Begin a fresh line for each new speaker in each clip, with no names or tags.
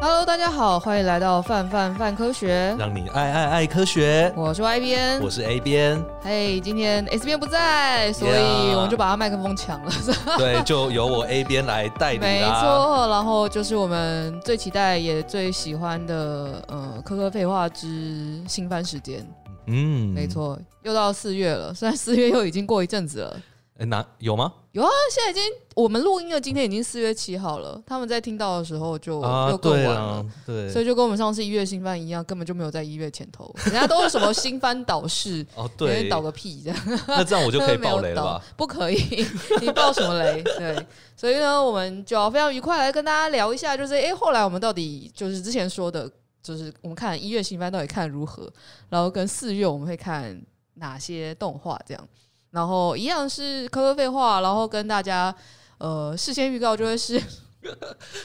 Hello，大家好，欢迎来到范范范科学，
让你爱爱爱科学。
我是 Y 边，
我是 A 边，
嘿今天 S 边不在，所以
Yeah
我们就把他麦克风抢了， 是吧
对，就由我 A 边来代理啦。
没错。然后就是我们最期待也最喜欢的，呃，科科废话之新番时间，
嗯
没。错，又到四月了，虽然四月又已经过一阵子了。
诶哪有吗？
有啊，现在已经我们录音的今天已经四月七号了，他们在听到的时候就
啊
又，更晚
对
了。
啊，
所
对。
以就跟我们上次一月新番一样，根本就没有在一月前头，人家都是什么新番导视，
哦，
别人
对，
导个屁这样，
那这样我就可以
没有
爆雷了
导
吧？？
不可以，你爆什么雷？对，所以呢，我们就要非常愉快来跟大家聊一下，就是诶，后来我们到底就是之前说的，就是我们看一月新番到底看如何，然后跟四月我们会看哪些动画这样，然后一样是科科废话，然后跟大家呃事先预告就会是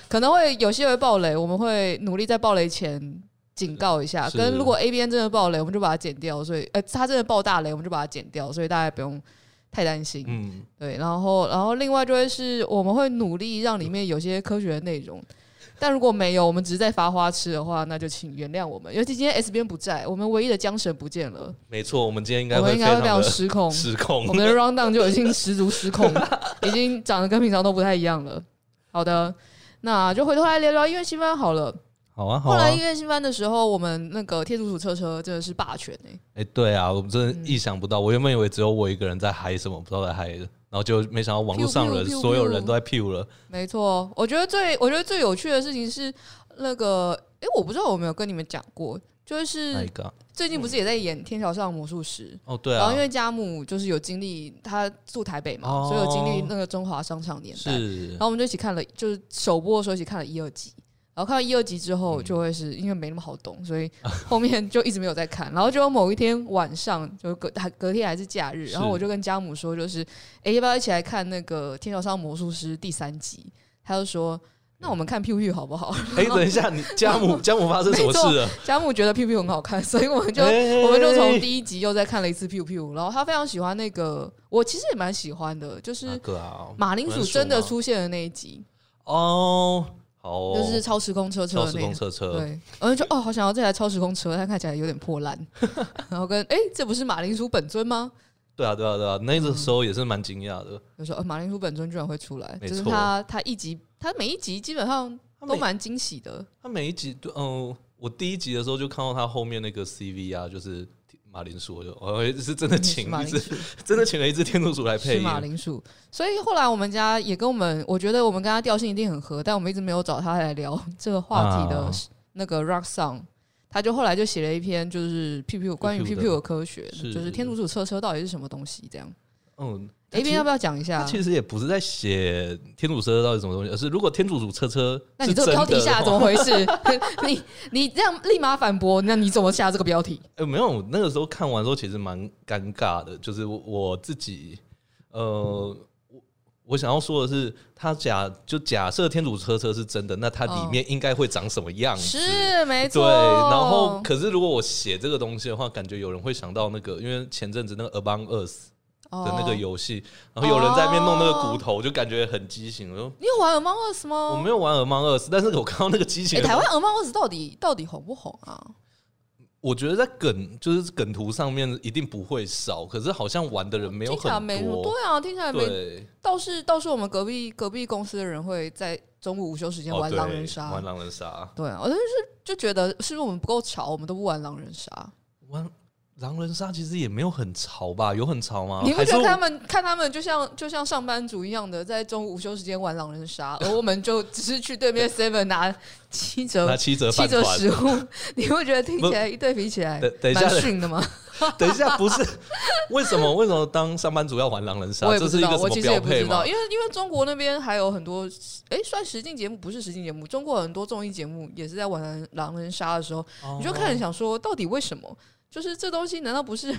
可能会有些会爆雷，我们会努力在爆雷前。警告一下，
是
跟如果 A B N 真的爆雷，我们就把它剪掉，所以呃，他真的爆大雷，我们就把它剪掉，所以大家也不用太担心。
嗯，
对，然后然后另外就会是我们会努力让里面有些科学的内容，但如果没有，我们只是在发花痴的话，那就请原谅我们。尤其今天 S 边不在，我们唯一的缰绳不见了，
没错，我们今天应该
我们
会
应
非
该会
常
非常
的
失控。
失
我
控。
们的 round down 就已经十足失 控，已经长得跟平常都不太一样了。好的，那就回头来聊聊音乐新番好了。
好啊，好
后
啊
来。音乐新番的时候，我们那个天竺鼠车车真的是霸权哎、
哎，对啊，我们真
嗯
的意想不到，我原本以为只有我一个人在嗨什么，不知道在嗨的，然后就没想到网络上
Pew,
人
pew, pew,
所有人都在 pew 了。
没错，我觉得最我觉得最有趣的事情是那个，诶，我不知道我有没有跟你们讲过，就
哪一
是
个啊？
最近不是也在演《天桥上的魔术师》
哦，对
然
啊
后因，为家母就是有经历，她住台北嘛，
哦
所以有经历那个中华商场年代，
是
然后我们就一起看了，就是首播的时候一起看了一二集。然后看到一二集之
嗯
后，就会是因为没那么好懂，所以后面就一直没有在看。然后就某一天晚上，就隔还隔天还是假日，
是
然后我就跟家母说，就是哎，要不要一起来看那个《天桥上魔术师》第三集？他就说，那我们看 Pew Pew 好不好？
哎，等一下，你家母家母发生什么事了？
家母觉得 Pew Pew 很好看，所以我们就
哎
我们就从第一集又再看了一次 Pew Pew。然后他非常喜欢那个，我其实也蛮喜欢的，就是
哪个啊？
马铃薯真的
马铃薯
出
吗
现的那一集，
哦，好哦，
就是超时空车车
超
的
时
那一
空车车，
对，然后就哦，好想要这台超时空车，但看起来有点破烂。 然后跟哎、这不是马铃薯本尊吗？
对啊，对啊，对啊，那个时候也是蛮惊讶的，
就说、呃、马铃薯本尊居然会出来，
没
就是
错
他他一集他每一集基本上
他
嗯都
每
蛮惊喜的。
他每一集都，嗯，我第一集的时候就看到他后面那个 CV 啊，就是马铃薯，我就我以为是真的请
嗯马
一
铃
只，
薯
真的请了一只天竺鼠来配
是
音，
马铃薯，所以后来我们家也跟我们，我觉得我们跟他调性一定很合，但我们一直没有找他来聊这个话题的
啊
那个 rock song。他就后来就写了一篇，就是 P P 关于 P
PPU
P
的
的科学，
是
就是天竺鼠车车到底是什么东西这样。
嗯。
A
其
B
实
哎要不要讲一下？
他其实也不是在写天竺车到底什么东西，而是如果天竺鼠车车
那
是
你这个
真
标题
的哦
下
话
怎么回事？ 你你这样立马反驳，那你怎么下这个标题？
呃，没有，那个时候看完之后其实蛮尴尬的，就是我我自己，呃，我我想要说的是，他假就假设天主车车是真的，那它里面应该会长什么样子？
嗯是没
对，
错。
然后可是如果我写这个东西的话，感觉有人会想到那个，因为前阵子那个 Among Us 的那个
哦，
游戏，然后有人在那边弄那个骨头，就感觉很畸形。我说
你哎有玩《耳猫 o 斯》吗？
我没有玩 Among Us，但是我看到那个畸形
哦诶。
的
台湾《耳猫 o 斯》到底到底红不红啊？
我觉得在梗就是梗图上面一定不会少，可是好像玩的人没有
听起来没
很
什么，
多。
对啊，听起来没。
对，
倒是倒是我们隔壁隔壁公司的人会在中午午休时间
哦
玩
对
狼人杀
玩。狼人杀，
对啊，我就是就觉得是不是我们不够潮，我们都不玩狼人杀？
玩狼人杀其实也没有很潮吧？有很潮吗？
你不
啊还
觉
是
得他们看他们就像就像上班族一样的，在中午午休时间玩狼人杀， 而我们就只是去对面 Seven 拿七折
拿七折
七
饭
折
团？
食物， 你会觉得听起来一对比起来
等等一下
蛮逊 的吗？
等一下，不是为什么？为什么当上班族要玩狼人杀
我？也不
这
知
是一
道，
个什
我
么
其实也
标
不
配
知
吗
道，？因为因为中国那边还有很多，哎，算实境节目不是实境节目，中国很多综艺节目也是在玩狼人杀的时候，你就看
哦
着想说，到底为什么？就是这东西难道不是？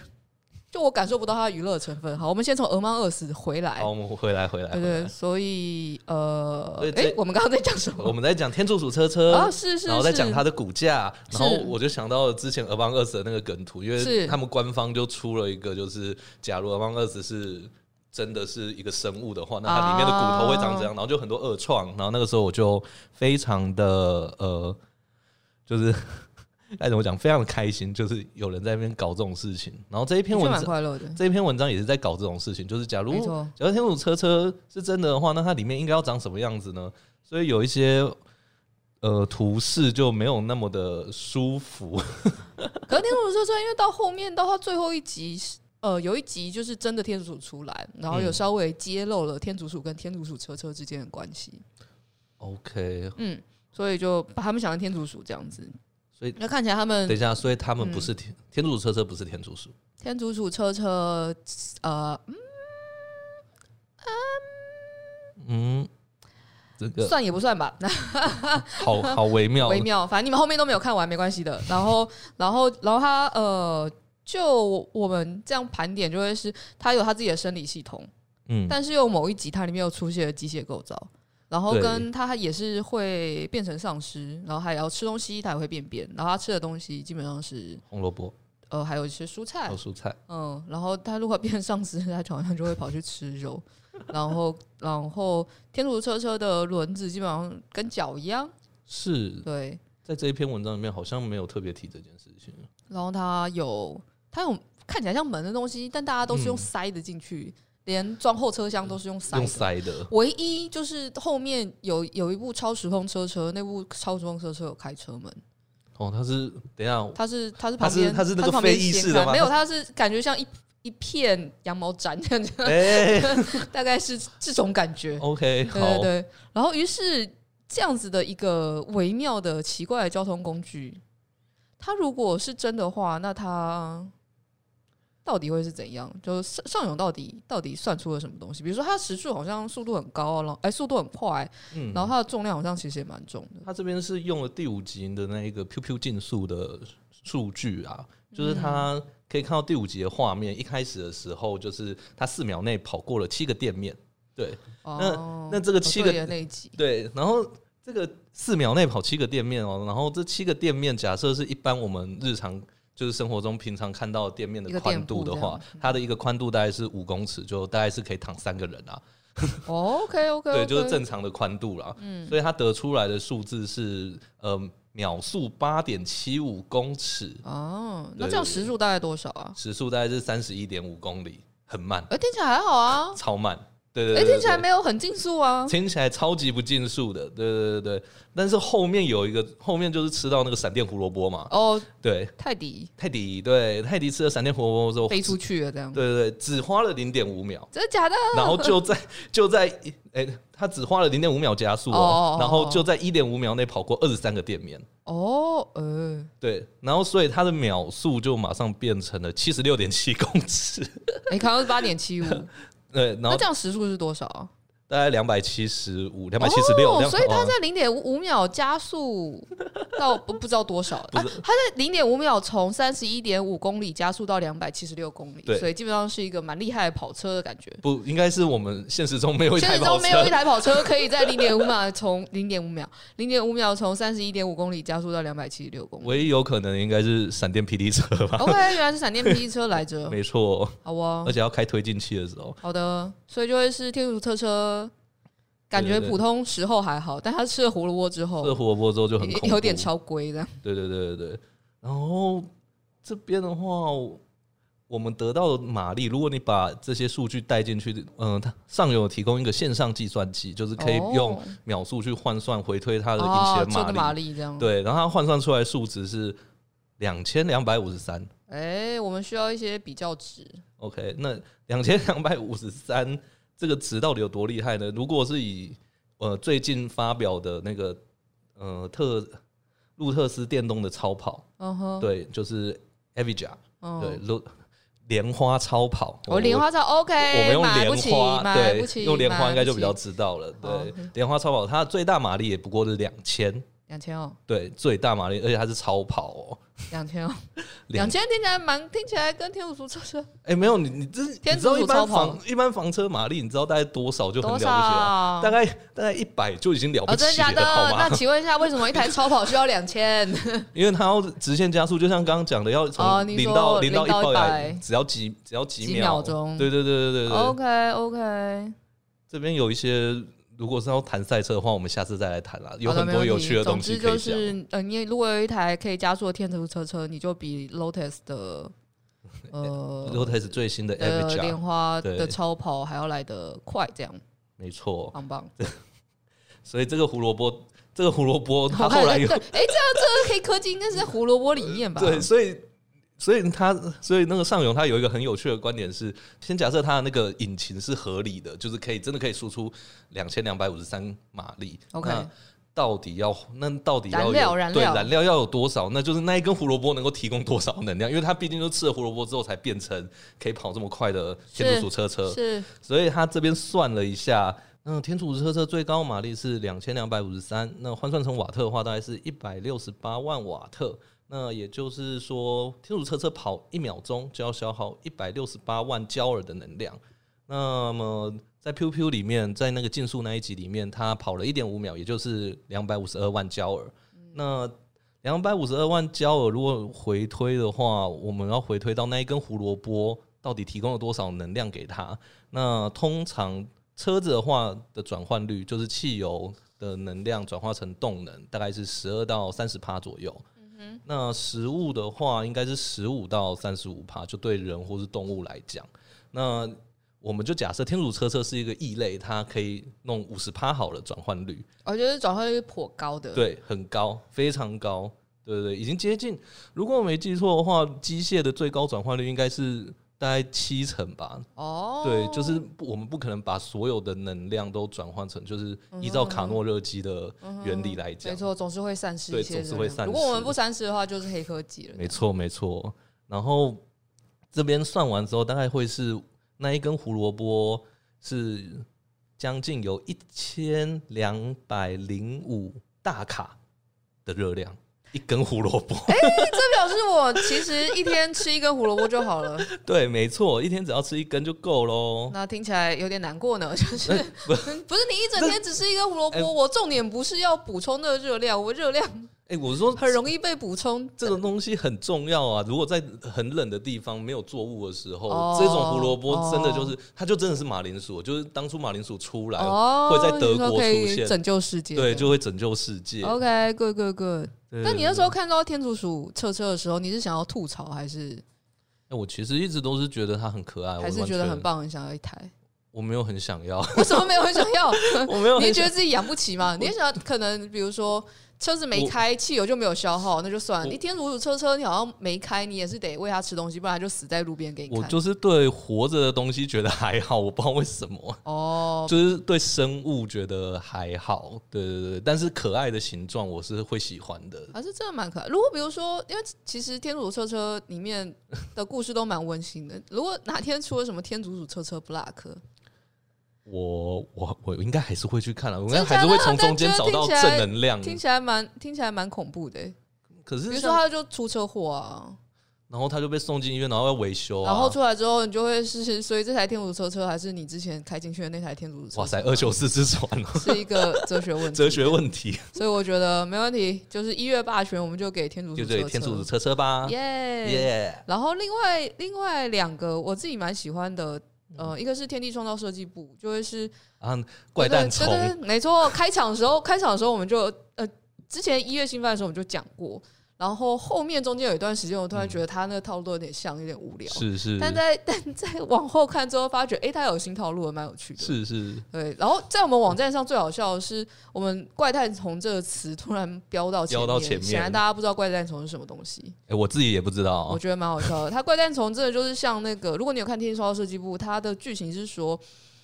就我感受不到它的娱乐成分。好，我们先从鹅妈饿死回来。
哦好，我们回来回来
对
回
对，
来。
所以呃
所以，
哎、
这
我们刚刚在讲什
我
么？
们在讲天竺鼠车
啊，
车，
是是是，
然后在讲它的股价，
是
然后我就想到之前 a m o n 的那个梗图，因
是
为他们官方就出了一个，就是假如 a m o n 是真的是一个生物的话，那
啊
它里面的骨头会长怎样？然后就很多恶创，然后那个时候我就非常的呃就是 该怎么讲，非常的开心，就是有人在那边搞这种事情。然后这一篇
的确
文
蛮
章，
快乐的，
这一篇文章也是在搞这种事情，就是假如
没错，
假如天主车车是真的的话，那它里面应该要长什么样子呢？所以有一些呃图示就没有那么的舒服。
可是天主说说，因为到后面到他最后一集，呃，有一集就是真的天竺鼠出来，然后有
嗯
稍微揭露了天竺鼠跟天竺鼠车车之间的关系，
OK，
嗯，所以就把他们想成天竺鼠这样子。
所以
那看起来他
等一
们
下，所以他们不是天、
嗯
天竺鼠车车，不是天竺鼠。
天竺鼠车车，呃，
嗯，这个
算也不算吧，
好好微妙，
微妙，反正你们后面都没有看完，没关系的。然后，然后，然后他呃，就我们这样盘点，就会是他有他自己的生理系统，
嗯，
但是有某一集它里面又出现了机械构造，然后
对
跟他也是会变成丧尸，然后还要吃东西，它也会便便，然后他吃的东西基本上是
红萝卜、
呃，还有一些蔬菜
小，蔬菜，
嗯，然后他如果变丧尸，他好像就会跑去吃肉，然后，然后天竺车车的轮子基本上跟脚一样，
是
对。
在这一篇文章里面好像没有特别提这件事情。
然后它有它有看起来像门的东西，但大家都是用
嗯
塞的进去，连装后车厢都是用塞
用
的。
塞的，
唯一就是后面有有一部超时空车车，那部超时空车车有开车门，
哦，它是等一下，
它是它是
它
旁
是
边
它是那个
旁边
非意
掀
式的
开
吗
没有，它是感觉像一一片羊毛毡这样子，
哎、
大概是这种感觉。
o k
对
好
对，对，然后于是这样子的一个微妙的奇怪的交通工具，它如果是真的话，那它到底会是怎样？就是上上涌到底到底算出了什么东西？比如说它时速好像速度很高，然后哎速度很快，
嗯
然后它的重量好像其实也蛮重的。
他这边是用了第五集的那一个 QQ 竞速的数据啊，
嗯
就是他可以看到第五集的画面，一开始的时候就是他四秒内跑过了七个店面，对
哦，
那这个七个
哦对耶那一集，
对，然后这个四秒内跑七个店面哦，然后这七个店面假设是一般我们日常。就是生活中平常看到店面
一
的
个店
宽度的
铺这
话
样，
它的一个宽度大概是五公尺，就大概是可以躺三个人啊。
哦，OK OK，
对，就是正常的宽度啦。
嗯
所以它得出来的数字是呃秒速八点七五公尺，
哦，那
对
这样
对
时速大概多少啊？
时速大概是三十一点五公里，很慢，
哎，听起来还好啊，
超慢。对对
哎，
对
听起来
对
没有很竞速啊。
听起来超级不竞速的，对对对对。但是后面有一个，后面就是吃到那个闪电胡萝卜嘛，
哦，
对，
泰迪
泰迪，对泰迪吃了闪电胡萝卜之后，
飞出去了，这样
对对对，只花了零点五秒。
真的假的？
然后就在 就在哎、他只花了零点五秒加速、哦，
哦哦哦
然后就在一点五秒内跑过二十三个店面，
哦，呃，
对，然后所以它的秒速就马上变成了七十六点七公尺，
你哎考到是八点七五，
对， 然
那
后
这样时速是多少啊？
大概两百七十五、两百七十六，
哦，所以他在零点五秒加速到不不知道多少，啊、他在零点五秒从三十一点五公里加速到两百七十六公里
对，
所以基本上是一个蛮厉害的跑车的感觉。
不应该是我们现实中没有一
现
台
实
跑
中没有一
车，
台跑车可以在零点五秒从零点五秒零点五秒从三十一点五公里加速到两百七十六公里。
唯一有可能应该是闪电霹雳车吧，
OK，原来是闪电霹雳车来着，
没错，
好哦
而，且要开推进器的时候，
好的，所以就会是天竺特车，感
对
觉
对对
普通时候还好，但他吃了胡萝卜之后，
这胡萝卜之后就很
有
恐怖，
哦有点超规的。
对对对对对。然后这边的话，我们得到的马力，如果你把这些数据带进去，嗯、它上游有提供一个线上计算器，就是可以用
哦
秒数去换算回推它的引
啊，
擎
做
马
的
力。
马力这样。，
对，然后它换算出来的数值是两千两百五十三。
哎，我们需要一些比较值。
OK，那两千两百五十三这个值到底有多厉害呢？如果是以呃最近发表的那个呃特路特斯电动的超跑，
嗯哼，
对，就是 Avija，对
嗯，，
莲莲花超跑，
我哦莲花照
我们
OK，
用
买不
莲
起，
花，
买不
对，
起，哦
用莲花应该就比较
买不起
知道了。
好
对，莲花超跑它的最大马力也不过是两千，
两千哦，
对，最大马力，而且它是超跑哦。
两千哦，
两
两千听起来蛮，听起来跟天竺鼠车车
哎，没有你，你这你
天
知道
竺鼠
一般
超跑
房一般房车马力，你知道大概多少就很了
多
不起
少
了，
啊？
大概大概一百就已经了不
哦，
起
真的假的
了，？好
那
吗？
请问一下，为什么一台超跑需要两千？
因为它要直线加速，就像刚刚讲的，要
哦
从
你
零
说
到
零
到
到
一百
100，
只要几只要
几
几
秒钟
对对对对对对，
OK OK，
这边有一些如果是要谈赛车的话，我们下次再来谈啦，有
好的
很
没
多
问
有
题
趣的东
总
西
之就
可以讲。
是，呃，你如果有一台可以加速的天竺车车，你就比 Lotus 的呃
Lotus 最新的
呃
Average，
莲
啊
花
对
的超跑还要来得快，这样
没错。
棒棒。
所以这个胡萝卜，这个胡萝卜，它
我看
后来 有
对，哎，这样这个黑科技应该是在胡萝卜里面吧？
对，所以所以他所以那个上勇他有一个很有趣的观点是，先假设他的那个引擎是合理的，就是可以真的可以输出两千两百五十三马力。
OK
那到底要那到底要有
燃料燃
对
料
燃料要有多少？那就是那一根胡萝卜能够提供多少能量？因为他毕竟就吃了胡萝卜之后才变成可以跑这么快的天竺鼠车车，
是
所以他这边算了一下，嗯，天竺鼠车车最高马力是两千两百五十三，那换算成瓦特的话，大概是一百六十八万瓦特。那也就是说，天竺车车跑一秒钟就要消耗一百六十八万焦耳的能量。那么在 Q Q 里面，在那个竞速那一集里面，他跑了一点五秒，也就是两百五十二万焦耳。那两百五十二万焦耳，如果回推的话，我们要回推到那一根胡萝卜到底提供了多少能量给他？那通常车子的话的转换率，就是汽油的能量转化成动能，大概是十二到三十帕左右。那食物的话，应该是十五到三十五帕，就对人或是动物来讲。那我们就假设天竺车车是一个异类，它可以弄五十趴好了转换率，
我觉得转换率颇高的。
对，很高，非常高，对对对，已经接近。如果我没记错的话，机械的最高转换率应该是大概七成吧，
哦，
对，就是不我们不可能把所有的能量都转换成，
嗯
就是依照卡诺热机的原理来讲
没，错，总是会散失
对
一些
总是
热
会
量
散
如果我们
失
不散失的话，就是黑科技了。
没错没错。然后这边算完之后，大概会是那一根胡萝卜是将近有一千两百零五大卡的热量，一根胡萝卜。
这表示我其实一天吃一根胡萝卜就好了。
对，没错，一天只要吃一根就够喽。
那听起来有点难过呢， 就是、
呃不
不是你一整天只吃一根胡萝
哎
卜，我重点不是要补充那个热量，我热量
哎、我说
很容易被补充。
这种东西很重要啊！如果在很冷的地方没有作物的时候，
哦
这种胡萝卜真的就是，它就真的是马铃薯，就是当初马铃薯出来，
哦，
呃会在德国
你说可以
出现
拯救世界的。
对，就会拯救世界。
OK good good good。
对
那你那时候，看到天竺鼠车车的时候，你是想要吐槽还是
对对哎我其实一直都是觉得它很可爱，啊我
还是
完
觉得
全
很，棒，很想要一台？
我没有很想要，
为什么没有很想要？
我 没有
你
很
也
想
觉得自己养不起吗？你也想要可能比如说车子没开，汽油就没有消耗，那就算了。
我
你天竺鼠车车，你好像没开，你也是得喂它吃东西，不然它就死在路边给你
我
看。
就是对活着的东西觉得还好，我不知道为什么，
哦，
就是对生物觉得还好，对对对，但是可爱的形状我是会喜欢的，
还是真的蛮可爱。如果比如说，因为其实天竺鼠车车里面的故事都蛮温馨的。如果哪天出了什么天竺鼠车车 Black，
我我我应该还是会去看了，我应该
真的
还是会
假的
从中间
但觉
找
得
到
听起来
正能量。
听起来蛮听起来蛮恐怖的欸、
嗯可
比
是
如说
像
他就出车祸啊，
然后他就被送进医院，然后要维修、啊。
然后出来之后你就会是，所以这台天竺鼠车车还是你之前开进去的那台天竺鼠车车。
哇塞，二九四之船 哦，
是一个哲学问题，
哲学问 题，
所以我觉得没问题，就是一月霸权，我们就给天竺鼠
就
车
对
车，
天竺鼠车车啊吧，
耶
耶！
然后另外另外两个我自己蛮喜欢的，呃，一个是天地创造设计部，就会是
啊，嗯怪蛋虫
对对对没错。开场的时候，开场的时候我们就呃，之前一月新番的时候我们就讲过，然后后面中间有一段时间，我突然觉得他那个套路都有点像，有点无聊。
是是
但在但在往后看之后，发觉诶，他有新套路了，蛮有趣的。
是是，
对，然后在我们网站上最好笑的是，我们“怪诞虫”这个词突然飙到前
飙到前面
显然大家不知道“怪诞虫”是什么东西，
哎，我自己也不知道
我
哦，
觉得蛮好笑的。它“怪诞虫”真的就是像那个，如果你有看《天气超设计部》，它的剧情是说，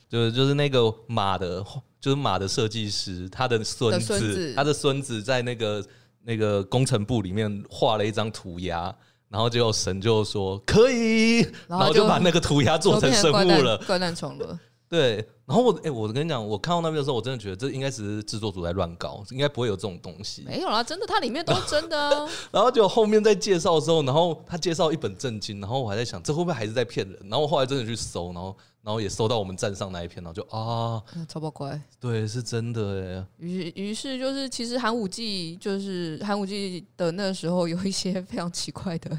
就是就是那个马的，就是马的设计师，他的孙
的孙
子
子，
他的孙子在那个那个工程部里面画了一张涂鸦。然后结果神就说可以，然
然后
后就
就
把那个涂鸦做
说
成
变
生
成怪
物了
诞。怪诞虫 了。
对，然后我哎、我跟你讲，我看到那边的时候，我真的觉得这应该只是制作组在乱搞，应该不会有这种东西。
没有啦，真的，它里面都真的 啊、
然后就后面在介绍的时候，然后他介绍一本正经，然后我还在想这会不会还是在骗人？然后我后来真的去搜，然后然后也搜到我们站上那一篇，然后就啊，
嗯超爆怪。
对，是真的
于是于是就是，其实寒武纪就是寒武纪的那时候有一些非常奇怪的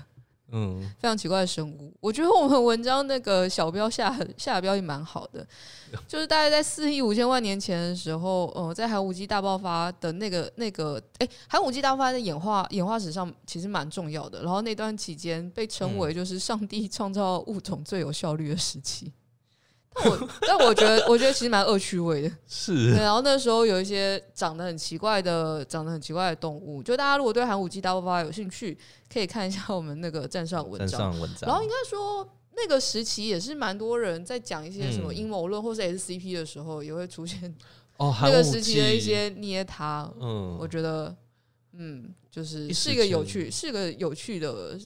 嗯，
非常奇怪的生物。我觉得我们文章那个小标下很下的标也蛮好的，就是大概在四亿五千万年前的时候，呃，在寒武纪大爆发的那个那个，哎、寒武纪大爆发在演化演化史上其实蛮重要的。然后那段期间被称为就是上帝创造物种最有效率的时期。但我 但我觉得我觉得其实蛮恶趣味的。对，
是，
然后那时候有一些长得很奇怪的、长得很奇怪的动物，就大家如果对寒武纪大爆发有兴趣，可以看一下我们那个站上文
站
章。
上文章，
然后应该说，那个时期也是蛮多人在讲一些什么
嗯
阴谋论或是 SCP 的时候，也会出现
哦，
那
寒
个
武
时期的一
纪，
些捏他。我
嗯，
觉得，嗯，就是
一
是
时
一个
间
有趣，是一个有趣的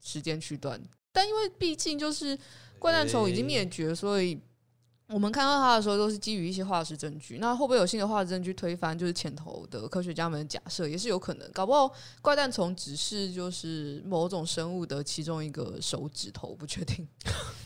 时间区段。但因为毕竟就是怪诞虫已经灭绝，所以我们看到它的时候都是基于一些化石证据。那会不会有新的化石证据推翻就是前头的科学家们的假设，也是有可能。搞不好怪诞虫只是就是某种生物的其中一个手指头，不确定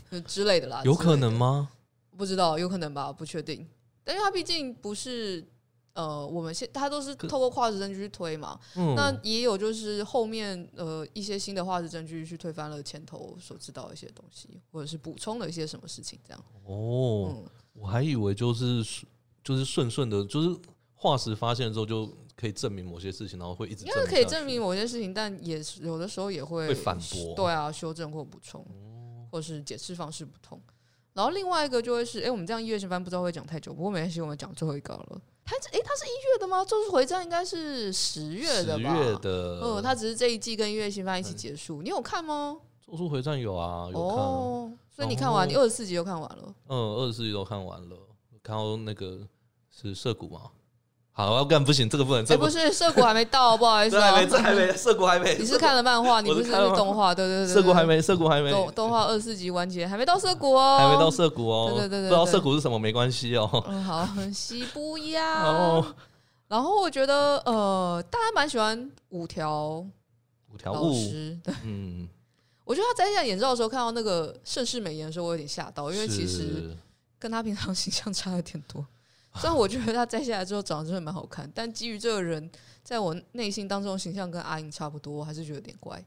就之类的啦。
有
之类
可
的
能吗？
不知道，有可能吧，不确定。但因为它毕竟不是呃，我们现它都是
可
透过化石证据去推嘛，
嗯，
那也有就是后面呃一些新的化石证据去推翻了前头所知道的一些东西，或者是补充了一些什么事情这样。
哦，
嗯，
我还以为就是就是顺顺的，就是化石发现之后就可以证明某些事情，然后会一直
应该可以证明
下去
某些事情，但也是有的时候也会
会反驳哦
对啊，修正或补充，或是解释方式不同。然后另外一个就会是，哎、我们这样一月新番不知道会讲太久，不过没关系，我们讲最后一个好了。它这，哎、它是一月的吗？《咒术回战》应该是十月的
十
吧？
月的，
嗯，它只是这一季跟《一月新番》一起结束。你有看吗？
咒术回战有啊，有看啊，
哦，所以你看完，你
然
二十四集就看完了。
嗯，二十四集都看完了，看到那个是涉谷嘛？好，要干不行，这个不能，
哎、
这个
不
不
是，涩谷还没到，不 好意思、
这
啊，
还没，这还没，涉谷还没，
你是看了漫画，你
我
不
是
是
看了漫画
动画？对对对对，
涉谷还没，涉谷还没，
动动画二十四集完结，还没到涩谷哦，
还没到涉谷哦，
对对对对
不知道
对
涉谷是什么没关系哦。
嗯，好， 西不
然后
呀。然后我觉得，呃，大家蛮喜欢五条
五条
老
悟，
师。对，
嗯，
我觉得他在演演奏的时候，看到那个盛世美颜的时候，我有点吓到，因为其实
是
跟他平常 形象差有点多。虽然我觉得他摘下来之后长得真的蛮好看，但基于这个人在我内心当中的形象跟阿英差不多，我还是觉得有点怪。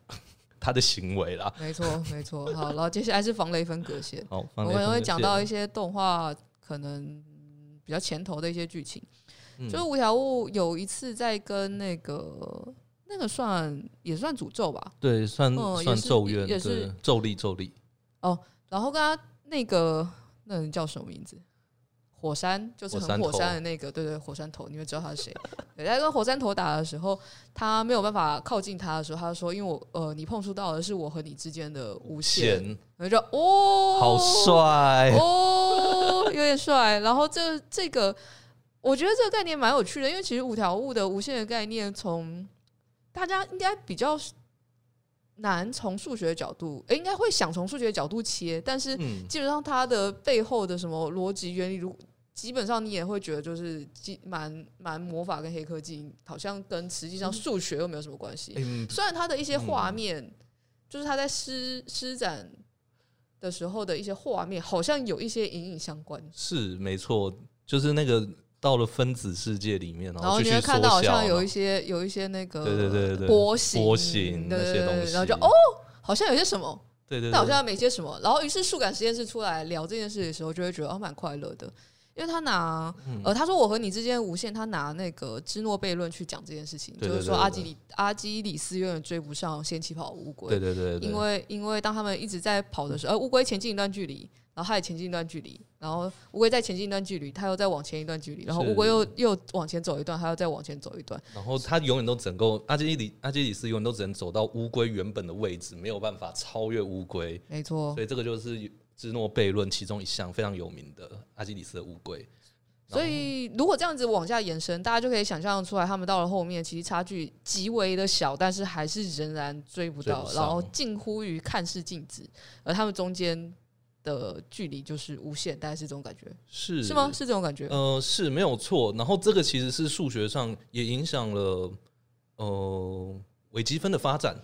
他的行为啦。
没错，没错。好，然后接下来是防雷分隔线。
好，
我
放雷
们
锋
会
就
讲
是
到一些动画可能比较前头的一些剧情，
嗯
就是五条悟有一次在跟那个那个算也算诅咒吧，
对，算
嗯也
算
是
咒怨，
也
对，
是
咒力，咒力，
然后跟他那个那人叫什么名字？火山就是
火
很
山
火
头
山的那个，对对，火山头，你们知道他是谁？ 对，在跟火山头打的时候，他没有办法靠近他的时候，他就说：“因为我呃，你碰触到的是我和你之间的无限。
显
然后就哦，
好帅，
哦，有点帅。然后这这个，我觉得这个概念蛮有趣的，因为其实五条悟的无限的概念从大家应该比较难从数学的角度，诶应该会想从数学的角度切，但是
嗯，
基本上它的背后的什么逻辑原理，如基本上你也会觉得就是基蛮蛮魔法跟黑科技好像跟实际上数学又没有什么关系。
嗯，
虽然他的一些画面，就是他在施施展的时候的一些画面，好像有一些隐隐相关，
是没错，就是那个到了分子世界里面，
然后
后去
你
去
会看到好
缩小
像有一
了
些有一些那个
对对对对
波形
波形
对
那
对
些
对
东
对
西，
然后就哦，好像有些什么，
对对，
但好
对
像没些什么。然后于是数感实验室出来聊这件事的时候，就会觉得哦蛮快乐的，因为他拿。
嗯
呃，他说我和你之间无限，他拿那个芝诺悖论去讲这件事情，
对
就
对
是说
对
阿
对
基里阿基里斯永远追不上先起跑的乌龟，
对对对对，
因为因为当他们一直在跑的时候，呃，乌龟前进一段距离，然后它也前进一段距离，然后乌龟再前进一段距离，它又再往前一段距离，然后乌龟又又往前走一段，它又再往前走一段。
然后他永远都只能够阿基里阿基里斯永远都只能走到乌龟原本的位置，没有办法超越乌龟，
没错
所，以这个就是芝诺悖论其中一项非常有名的阿基里斯的乌龟，然后
所以如果这样子往下延伸，大家就可以想象出来，他们到了后面其实差距极为的小，但是还是仍然追不到，
追不上
然后近乎于看似静止，而他们中间的距离就是无限，大概是这种感觉，
是
是吗？是这种感觉？
呃，是没有错。然后这个其实是数学上也影响了呃微积分的发展，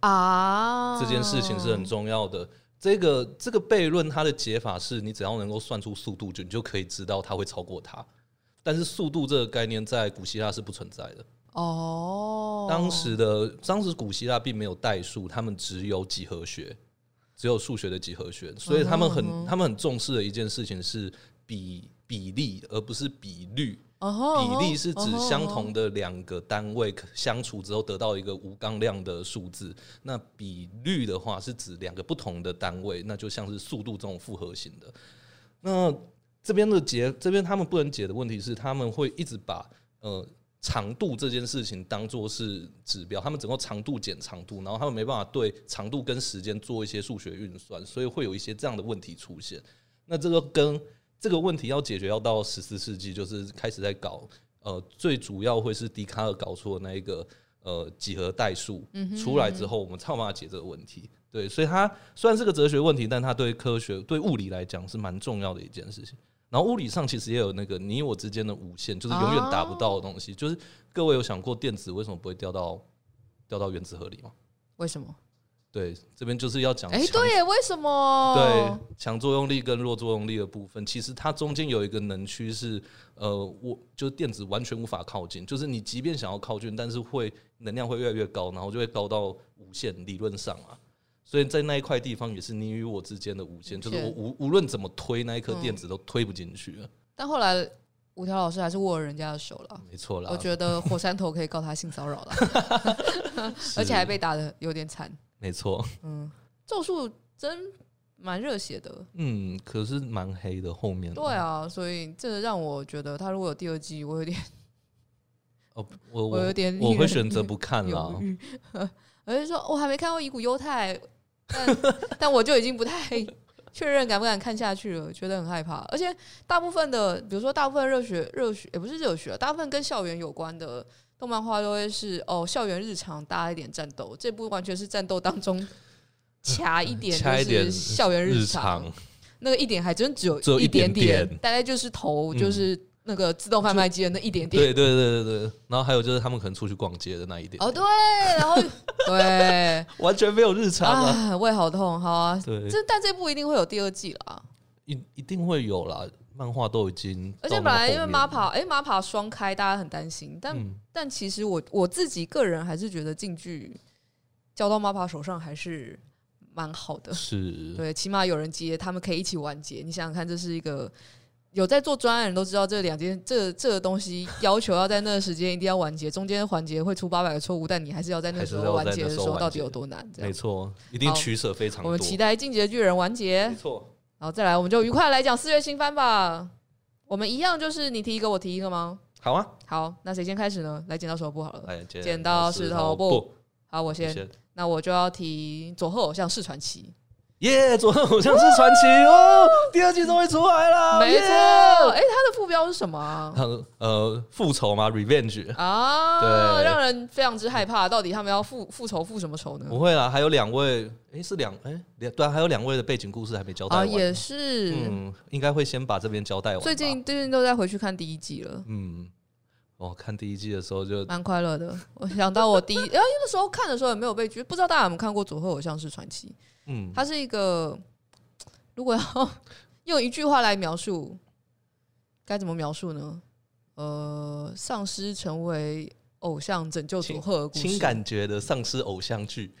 啊，
这件事情是很
哦
重要的。这个这个悖论它的解法是你只要能够算出速度，就你就可以知道它会超过它。但是速度这个概念在古希腊是不存在的，
哦，
当时的当时古希腊并没有代数，他们只有几何学，只有数学的几何学，所以他们很、
嗯哼嗯哼
他们很重视的一件事情是比比例，而不是比率。
哦吼
比例是指相。
哦吼
同的两个单位相除之后得到一个无杠量的数字。那比率的话是指两个不同的单位，那就像是速度这种复合型的。那这边的解，这边他们不能解的问题是，他们会一直把呃长度这件事情当做是指标，他们整个长度减长度，然后他们没办法对长度跟时间做一些数学运算，所以会有一些这样的问题出现。那这个跟这个问题要解决，要到十四世纪就是开始在搞，呃，最主要会是笛卡尔搞出的那一个呃几何代数、
嗯
出来之后，我们才有办法解这个问题。对，所以它虽然是个哲学问题，但它对科学、对物理来讲是蛮重要的一件事情。然后物理上其实也有那个你我之间的无限，就是永远达不到的东西。就是各位有想过电子为什么不会掉到掉到原子核里吗？
为什么？
对，这边就是要讲
哎、
强
对耶，为什么？
对，强作用力跟弱作用力的部分，其实它中间有一个能区是，呃，我就是电子完全无法靠近，就是你即便想要靠近，但是会能量会越来越高，然后就会高到无限，理论上啊。所以在那一块地方也是你与我之间的无限，就是我
无限
无无论怎么推那一颗电子都推不进去了，
但后来五条老师还是握了人家的手了。
没错啦
我。觉得火山头可以告他性骚扰了，
是
而且还被打的有点惨。
没错，
嗯，咒术真蛮热血的，
嗯，可是蛮黑的后面。
对，啊，所以这个让我觉得他如果有第二季，我有点
哦，我
我有
我
点
我会选择不看啦
犹。豫，我就说我还没看过《以古犹太》，但但我就已经不太 确认敢不敢看下去了，觉得很害怕。而且大部分的，比如说大部分热血热血也不是热血啊，大部分跟校园有关的动漫画都会是哦校园日常搭一点战斗，这部完全是战斗当中 掐一点，
嗯掐一
就
点
是校园
日
常
常
那个一点还真只有
只有
一
一
点
点点
大概就是头
嗯
就是那个自动贩卖机的那一 点点。
对对对对对，然后还有就是他们可能出去逛街的那一点，
哦，对，然后 对，
完全没有日常啊。
啊，胃好痛，好啊。
对，
这但这部一定会有第二季啊啦，
一一定会有啦，漫画都已经
而
到
且
那么
本
后面了，
来因为 MAPA 哎 MAPA 双开，大家很担心，但、
嗯
但其实我我自己个人还是觉得进剧交到 MAPA 手上还是蛮好的，
是
嗯对，起码有人接，他们可以一起完结。你想想看，这是一个有在做专案的人都知道，这两件这这个东西要求要在那个时间一定要完结，中间环节会出八百个错误，但你还是要在那个时
还是
候
要在
完结的
那时候
时候，
完
到底
结
有多难？这
没
样，
错，一定
好
取舍非常
我
多
们。期待《进击的巨人》完结
没。错，
然后再来，我们就愉快来讲四月新番吧。我们一样就是你提一个，我提一个吗？
好啊，
好，那谁先开始呢？来剪刀石头布好了。
来
剪
剪
刀
刀
石
石
头
头
布，好，我
我
先。那我就要提佐贺偶像是传奇。
耶！左岸偶像是传奇哦，第二季终于出来了，
没错，
Oh，
哎，
耶。
它的副标是什么 啊？
呃呃，复仇吗？Revenge
啊，
对
让人非常之害怕。到底他们要复复仇复什么仇呢？
不会啦，还有两位，诶，是两诶，两对啊，还有两位的背景故事还没交代
啊，
完，
也是，
嗯，应该会先把这边交代完吧。
最近最近都在回去看第一季了。
嗯，哦，看第一季的时候就
蛮快乐的，我想到我第一，因 为那时候看的时候也没有被剧，不知道大家有没有看过《佐贺偶像是传奇》。
嗯，
它是一个，如果要 用一句话来描述，该怎么描述呢？呃，丧尸成为偶像拯救组合的故事，
新感觉的丧尸偶像剧，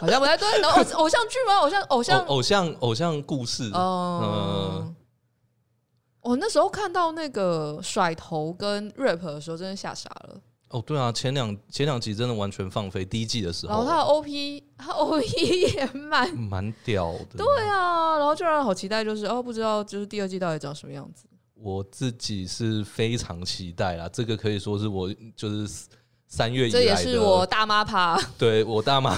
好像不太对。然后 偶偶像剧吗？偶像偶像呃
偶偶像哦偶呃像故事，
哦，我那时候看到那个甩头跟 rap 的时候，真的吓傻了。
哦，对啊，前两前两集真的完全放飞，第一季的时
然后
候
他的 OP，他 OP 也蛮
蛮屌的。
对啊，然后就让人好期待，就是哦，不知道就是第二季到底长什么样子。
我自己是非常期待啦，这个可以说是我就是三月以来
这
的，
也是我大妈趴
对我大妈。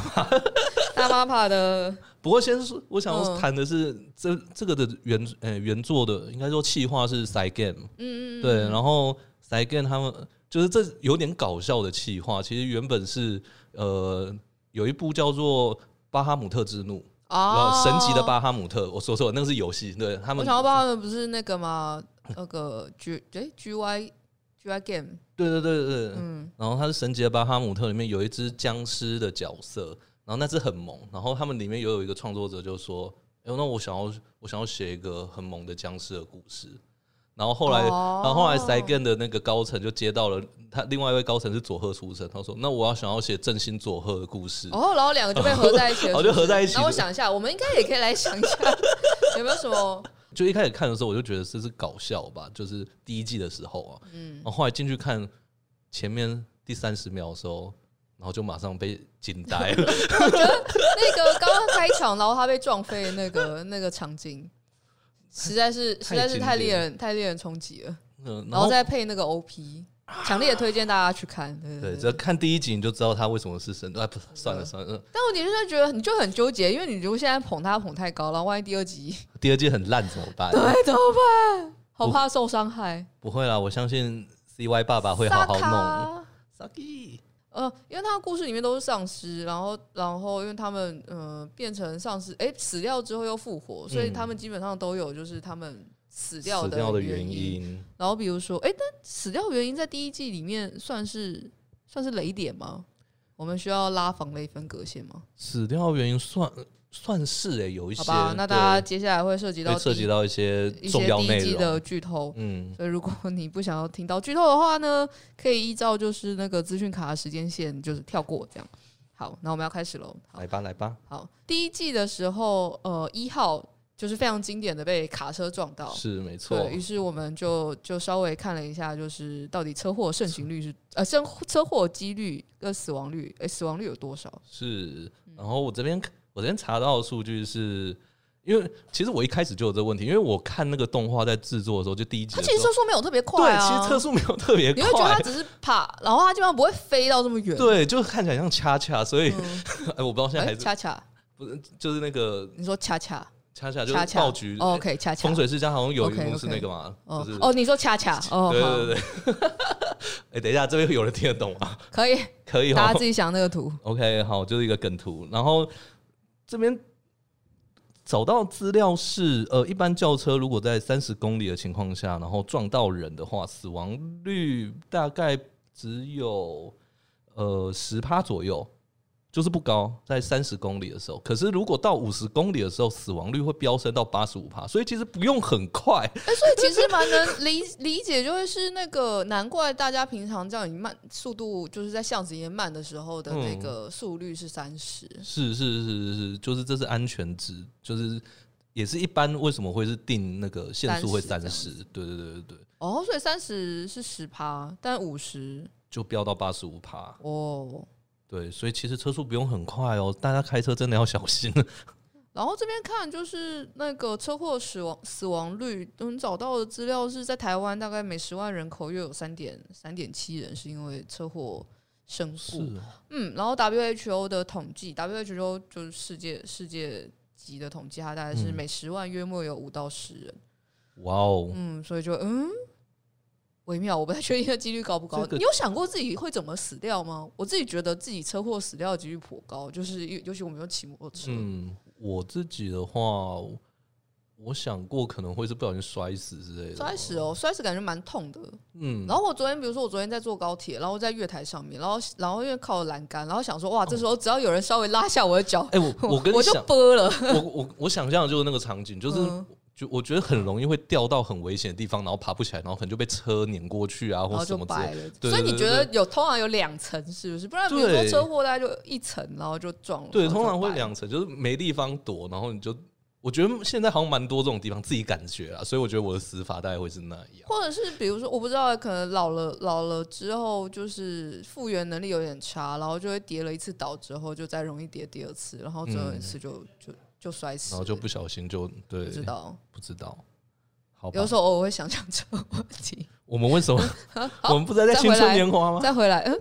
大妈趴 的
不过先说，我想要
嗯
谈的是、这这个的原呃原作的，应该说企划是 Side Game，
嗯，嗯嗯
对，然后 Side Game 他们就是这有点搞笑的企划，其实原本是呃有一部叫做《巴哈姆特之怒》。然
哦
后，神奇的，巴哈姆特，我说错了，那个是游戏，对他
我
们
想，要帮他们不是那个嘛，那个 G 哎 G Y G Y Game，
对对对对，对
嗯，
然后他是神奇的巴哈姆特里面有一只僵尸的角色，然后那只很萌，然后他们里面也有一个创作者就说，哎、那我想要我想要写一个很萌的僵尸的故事，然后后来，
哦
然后后来 s a g a n 的那个高层就接到了他另外一位高层是佐贺出身，他说：“那我要想要写振兴佐贺的故事。”
哦，然后两个就被合在一起了，
哦
是不是
就合在一起了
然后我想一下，我们应该也可以来想一 下，有没有什么
就一开始看的时候，我就觉得这是搞笑吧，就是第一季的时候啊，
嗯
然后后来进去看前面第三十秒的时候，然后就马上被惊呆 了。
那个刚刚开场，然后他被撞飞的那个 那个场景，实在是实在是太令人太令人冲击了。
嗯，
然
然
后
后
再配那个 OP，强烈推荐大家去看。对对
对，
对
只要看第一集你就知道他为什么是神。哎，不，算了算了，嗯
但问题是，就觉得你就很纠结，因为你如果现在捧他捧太高，然后万一第二集，
第二季很烂怎么办？
哎，怎么办？好怕受伤害。
不会啦，我相信 CY 爸爸会好
萨
好弄。
卡。
Saki，
呃，因为他的故事里面都是丧尸，然后然后因为他们呃变成丧尸，哎、死掉之后又复活，所以
嗯
他们基本上都有就是他们死掉
死
的
掉的
原
原因。
然后比如说，哎、但死掉原因在第一季里面算是算是雷点吗？我们需要拉防雷分隔线吗？
死掉的原因算算是诶、有一
好
些。
吧，那
对
大家接下来会涉及到
会涉及
第
到一些
一
重
些
要
第一
内
季
容。
的剧透。
嗯，
所以，如果你不想要听到剧透的话呢，可以依照就是那个资讯卡的时间线，就是跳过这样。好，那我们要开始喽。好，
来吧来吧，
好，第一季的时候，呃，一号就是非常经典的被卡车撞到，
是没错
对。于是我们就就稍微看了一下，就是到底车祸盛行率是呃，车车祸几率跟死亡率，诶，死亡率有多少？
是，
嗯
然后我这边我这边查到的数据是，因为其实我一开始就有这个问题，因为我看那个动画在制作的时候，就第一集
它
的
其实
时候，
车速没有特别快
对，
啊，
其实车速没有特别
你会觉得它
快，
只是爬，然后它基本上不会飞到这么远。
对，就看起来像恰恰，所以、
嗯，
哎，我不知道现在
哎、
还是
恰恰，
不是就是那个
你说恰恰
恰恰啊就是
恰恰
爆菊哎
哦，OK，恰恰
风。水世家好像有一幕是
OK，OK
那个嘛，
哦
就是
哦，你说恰恰哦，
对
好
对对对， 哎，等一下，这边有人听得懂吗？
可以，
可以哦
大
哈
家自己想那个图。
OK，好，就是一个梗图。然后这边找到资料是，呃，一般轿车如果在三十公里的情况下，然后撞到人的话，死亡率大概只有呃十趴左右，就是不高，在三十公里的时候。可是如果到五十公里的时候，死亡率会飙升到八十五趴，所以其实不用很快，
哎、所以其实蛮能理理解，就会是那个难怪大家平常这样你慢速度，就是在巷子里面慢的时候的那
嗯
个速率是三十、
是是是是是，就是这是安全值，就是也是一般为什么会是定那个限速会
30这
三
样
十？对对对对对，
哦，所以三十是十趴，但五十
就飙到八十五趴。
哦。
对，所以其实车速不用很快哦，大家开车真的要小心。
然后这边看就是那个车祸死亡死亡率，嗯，找到的资料是在台湾大概每十万人口约有三点三点七人是因为车祸身
是
故。嗯，然后 WHO 的统计，WHO 就是世界世界级的统计，它大概是
嗯
每十万约莫有五到十人。
哇哦，
嗯所以就嗯微妙，我不太确定这几率高不高。
这个
你有想过自己会怎么死掉吗？我自己觉得自己车祸死掉的几率颇高，就是尤尤其我们又骑摩托车。
嗯，我自己的话，我想过可能会是不小心摔死之类的。
摔死，哦，摔死感觉蛮痛的。
嗯，
然后我昨天，比如说我昨天在坐高铁，然后在月台上面，然后然后因为靠栏杆，然后想说哇，这时候只要有人稍微拉下我的脚，
哎、 我我跟你
我就
想，哦
崩了。
我我我想象的就是那个场景，就是
嗯
就我觉得很容易会掉到很危险的地方，然后爬不起来，然后可能就被车碾过去啊，
然
或
后
什
就
么之类
白
的。
了。
对
所以
对
你
对
觉得
对
有通常有两层是不是？不然比如说
对
车祸大概就一层，然后就撞了。
对，
然后
通
就
常会
白
两层，就是没地方躲，然后你就，我觉得现在好像蛮多这种地方，自己感觉啊，所以我觉得我的死法大概会是那样。
或者是比如说，我不知道，可能老了老了之后，就是复原能力有点差，然后就会跌了一次倒之后，就再容易跌第二次，然后最后一次就、就就摔死，
嗯然后就不小心就对，
不知道。
不知道，好吧
有时。候偶尔会想想这个问 题，
我们为 什么我们不是还在
再
青
回
春
来
年华吗？
再回来，嗯，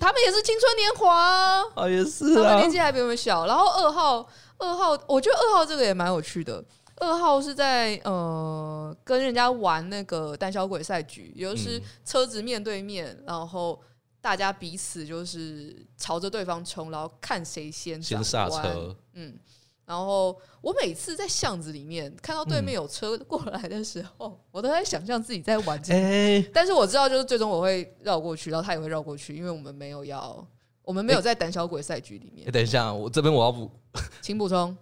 他们也是青春年华啊、
啊，也是
他们
啊
年，纪还比我们小。然后二号，二号，我觉得二号这个也蛮有趣的。二号是在呃跟人家玩那个胆小鬼赛局，也就是
嗯
车子面对面，然后大家彼此就是朝着对方冲，然后看谁先
先
转
刹
弯。
车，
嗯，然后我每次在巷子里面看到对
嗯
面有车过来的时候，我都在想象自己在玩这个
哎，
但是我知道，就是最终我会绕过去，然后他也会绕过去，因为我们没有要，我们没有在胆小鬼赛局里面
哎。等一下，我这边我要补，
请补充，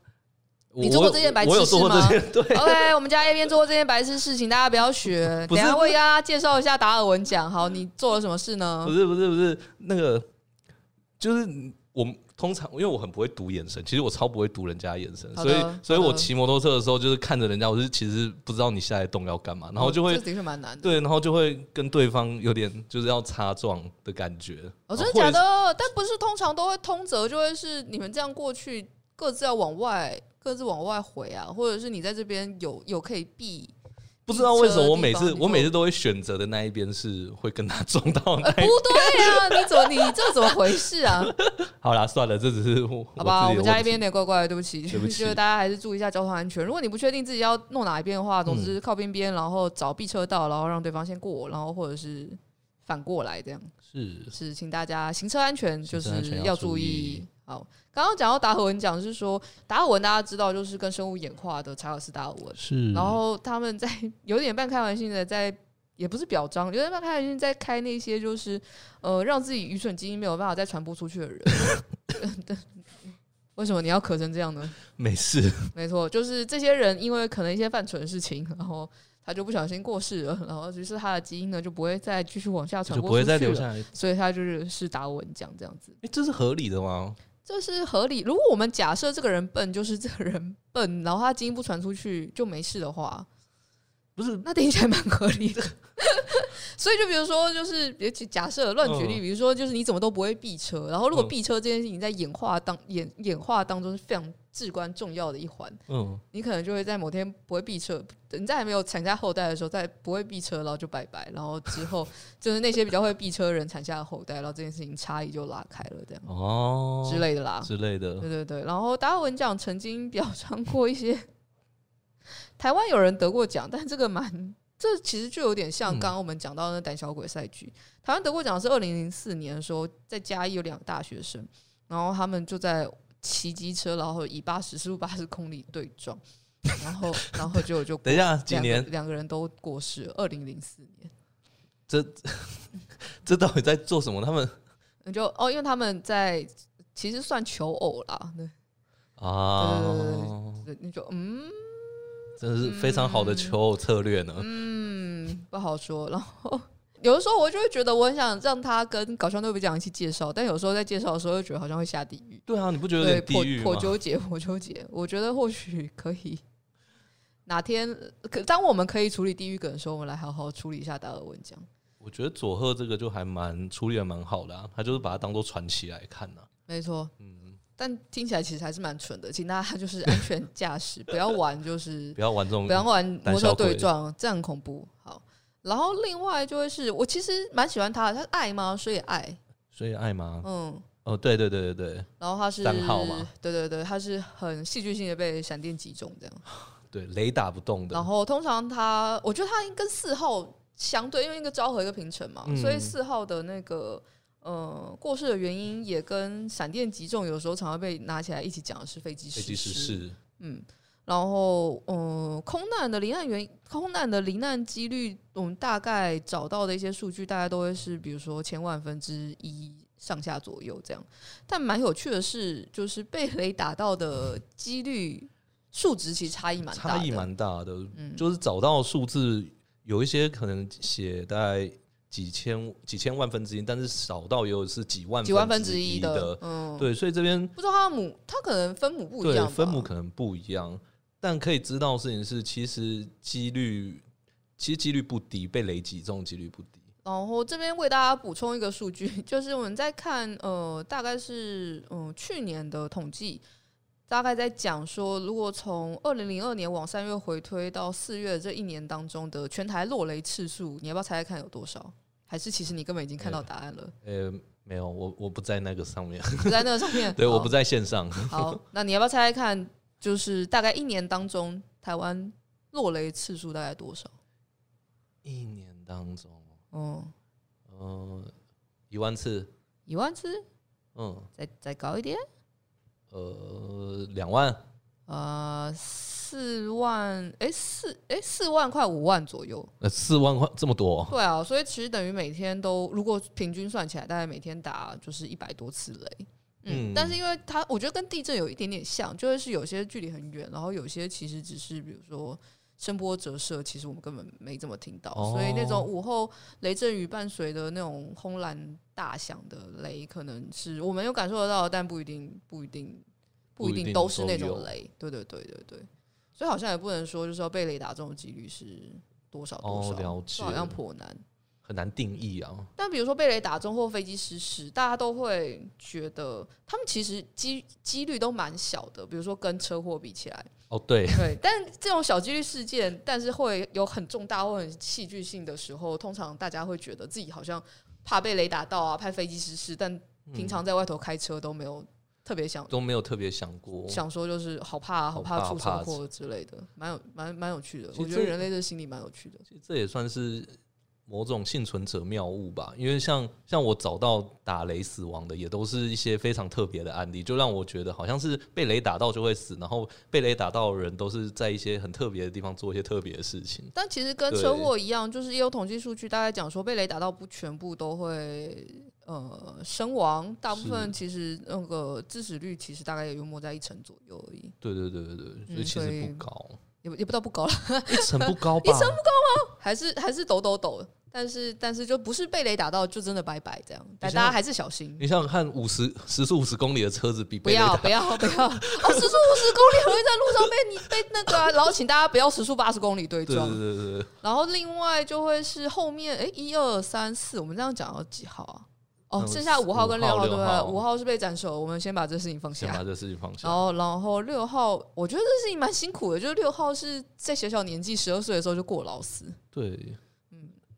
我
你做过这件白痴
我有做过
事吗
这件， 对，
OK，我们家 A 边做过这件白痴事情，大家不要学。
不
等
是
一下为大家介绍一下达尔文奖。好，你做了什么事呢哦
不？是不是不是那个，就是我们通常因为我很不会读眼神，其实我超不会读人家眼神，
好
所
的
以
好的
所以我骑摩托车的时候就是看着人家，我是其实不知道你下一动要干嘛，然后就会、
哦这的确蛮难的。
对，然后就会跟对方有点就是要擦撞的感觉。
哦，真的
或者
假
是
的？但不是通常都会通则，就会是你们这样过去，各自要往外，各自往外回啊，或者是你在这边有有可以避。
不知道为什么我
避车的
每
地
次
方
我每次都会选择的那一边是会跟他撞到
呃，
那
不对啊！你怎么你这怎么回事啊？
好啦，算了，这只是我
好吧，
我
我
自
们
己的
家
问
一边
题
有。点怪怪的，对不起，
对不起
就是大家还是注意一下交通安全。如果你不确定自己要弄哪一边的话，总之靠边边，然后找避车道，然后让对方先过，然后或者是反过来这样。
是
是，请大家行车安全就
行车安
是
全要
要
注
注
意
意。好，刚刚讲到达尔文奖是说，达尔文大家知道就是跟生物演化的查尔斯达尔文，
是
然后他们在有点半开玩笑的在，也不是表彰，有点半开玩笑在开那些就是呃让自己愚蠢基因没有办法再传播出去的人。 为什么你要咳成这样呢？
没事，
没错，就是这些人因为可能一些犯蠢的事情，然后他就不小心过世了，然后于是他的基因呢就不会再继续往下传
就不
播
会
出
再
去
留
了
下。来。
所以他就是是达尔文奖这样子，
哎，这是合理的吗？
这是合理。如果我们假设这个人笨，就是这个人笨，然后他基因不传出去就没事的话，
不是
那听起来蛮合理的。 所以就比如说，就是别举假设乱举例，
嗯
比如说就是你怎么都不会避车，然后如果
嗯
避车这件事情在演化当演演化当中是非常至关重要的一环，
嗯，
你可能就会在某天不会避车，你在还没有产下后代的时候，在不会避车，然后就拜拜，然后之后就是那些比较会避车的人产下的后代，然后这件事情差异就拉开了，这样
哦
之类的啦。
之类的嗯
对，对对，然后达尔文奖曾经表彰过一些台湾有人得过奖，但这个蛮这其实就有点像
嗯
刚刚我们讲到的那胆小鬼赛局。台湾得过奖是二零零四年的时候，在嘉义有两个大学生，然后他们就在骑机车，然后以八十速八十公里对撞，然后然后结果就
等一下， 几
两个
年
两个人都过世了，二零零四年。
这到底在做什么？他们
你就哦，因为他们在其实算求偶啦，对，
啊，
对你就嗯。
真是非常好的求偶策略呢。
嗯，不好说。然后有的时候我就会觉得我很想让他跟搞笑诺比奖一起介绍，但有时候在介绍的时候又觉得好像会下地狱，
对啊，你不觉得有
对，
点
颇
地狱
颇
吗？
纠结， 颇纠结。我觉得或许可以哪天，呃可当我们可以处理地狱梗的时候，我们来好好处理一下达尔文奖。
我觉得佐贺这个就还蛮处理的蛮好的、啊，他就是把它当做传奇来看啊呐、
没错，嗯。但听起来其实还是蛮蠢的，请大家就是安全驾驶，不要玩就是
嗯 不要玩这种
不要玩
胆
摩
小
托
鬼
对撞，这样很恐怖。好，然后另外就会是我其实蛮喜欢他的，他是爱吗？所以爱，
所以爱吗？
嗯，
哦，对对对对对
然后他是
账号嘛，
对对对，他是很戏剧性的被闪电击中这样。
对，雷打不动
然
的，
后通常他，我觉得他跟四号相对，因为一个昭和一个平成嘛，
嗯
所以四号的那个呃过世的原因也跟闪电击中有时候常会被拿起来一起讲的是飞机
飞
失
机失
事。
事
嗯，然后呃空难的罹难原空难的罹难几率，我们大概找到的一些数据，大概都会是比如说千万分之一上下左右这样。但蛮有趣的是，就是被 雷打到的几率数值其实差异蛮大的，嗯
差异蛮大的，就是找到数字有一些可能写在几千几千万分之一，但是少到也有是几万
几万分
之
之一
的，
嗯，
对，所以这边
不知道他的母，他可能分母不一
对
样吧，
分母可能不一样，但可以知道的事情是，其实几率其实几率不低，被雷击中几率不低。
然后这边为大家补充一个数据， 就是我们在看呃，大概是嗯、呃去年的统计，大概在讲说，如果从二零零二年往三月回推到四月这一年当中的全台落雷次数，你要不要猜猜看有多少？还是其实你根本已经看到答案了，
呃，没有，我我不在那个上面，。
不在那个上面
对，
好
我不在线上。
好，那你要不要猜猜看，就是大概一年当中台湾落雷次数大概多少？
一年当中，
嗯，
呃，一万次，
一万次，
嗯，
再再高一点。
呃，两万，
呃，四万，哎，四，哎，四万块五万左右。
呃，四万块这么多，
对啊，所以其实等于每天都，如果平均算起来，大概每天打就是一百多次雷。嗯，
嗯
但是因为它，我觉得跟地震有一点点像，就会是有些距离很远，然后有些其实只是比如说声波折射，其实我们根本没怎么听到，
哦
所以那种午后雷阵雨伴随的那种轰然大响的雷，可能是我们有感受得到，但不一定，不一定，
不一定
定都是那
都
种
有
雷。对对对对对，所以好像也不能说就是要被雷打中的几率是多少多
哦
少，
了
这好
解
像颇难。
很难定义啊。
但比如说被雷打中或飞机失事，大家都会觉得他们其实机几率都蛮小的，比如说跟车祸比 起来，
哦，对，
对。但这种小几率事件，但是会有很重大或很戏剧性的时候，通常大家会觉得自己好像怕被雷打到啊，怕飞机失事，但
嗯
平常在外头开车都没有特别想。
都没有特别想过。
想说就是好怕、啊，好
好
怕
怕
出
好
车
怕
祸之类的，蛮有蛮蛮有趣的。
其
我
实
觉得
这
人类的心理蛮有趣的。
其实这也算是某种幸存者谬误吧，因为像像我找到打雷死亡的，也都是一些非常特别的案例，就让我觉得好像是被雷打到就会死，然后被雷打到的人都是在一些很特别的地方做一些特别的事情。
但其实跟
对
车祸一样，就是也有统计数据大概讲说，被雷打到不全部都会呃身亡，大部分其实那个致死率其实大概也就没在一成左右而已，
对对对对对，所
嗯
以其
所以
实不高，
也不也不到不高了，
一成不高吧？一成不高，
还是还是抖抖抖。但是但是就不是被雷打到，就真的拜拜这样，但
你想
大家还是小心。
你想想看，五十时速五十公里的车子比
不
被雷
要
打
不要 不要！哦，时速五十公里很容易在路上被你被那个、啊，然后请大家不要时速八十公里对
对
撞
对。对对对，
然后另外就会是后面哎一二三四，我们这样讲到几号啊？哦，
嗯
剩下五号跟
五
六
号
号对
六
吧？
号
五号是被斩首，我们先把这事情放
先
下。
把这事情放
然
下。
后，然后六号，我觉得这事情蛮辛苦的，就是六号是在小小年纪，十二岁的时候就过劳死。
对，
嗯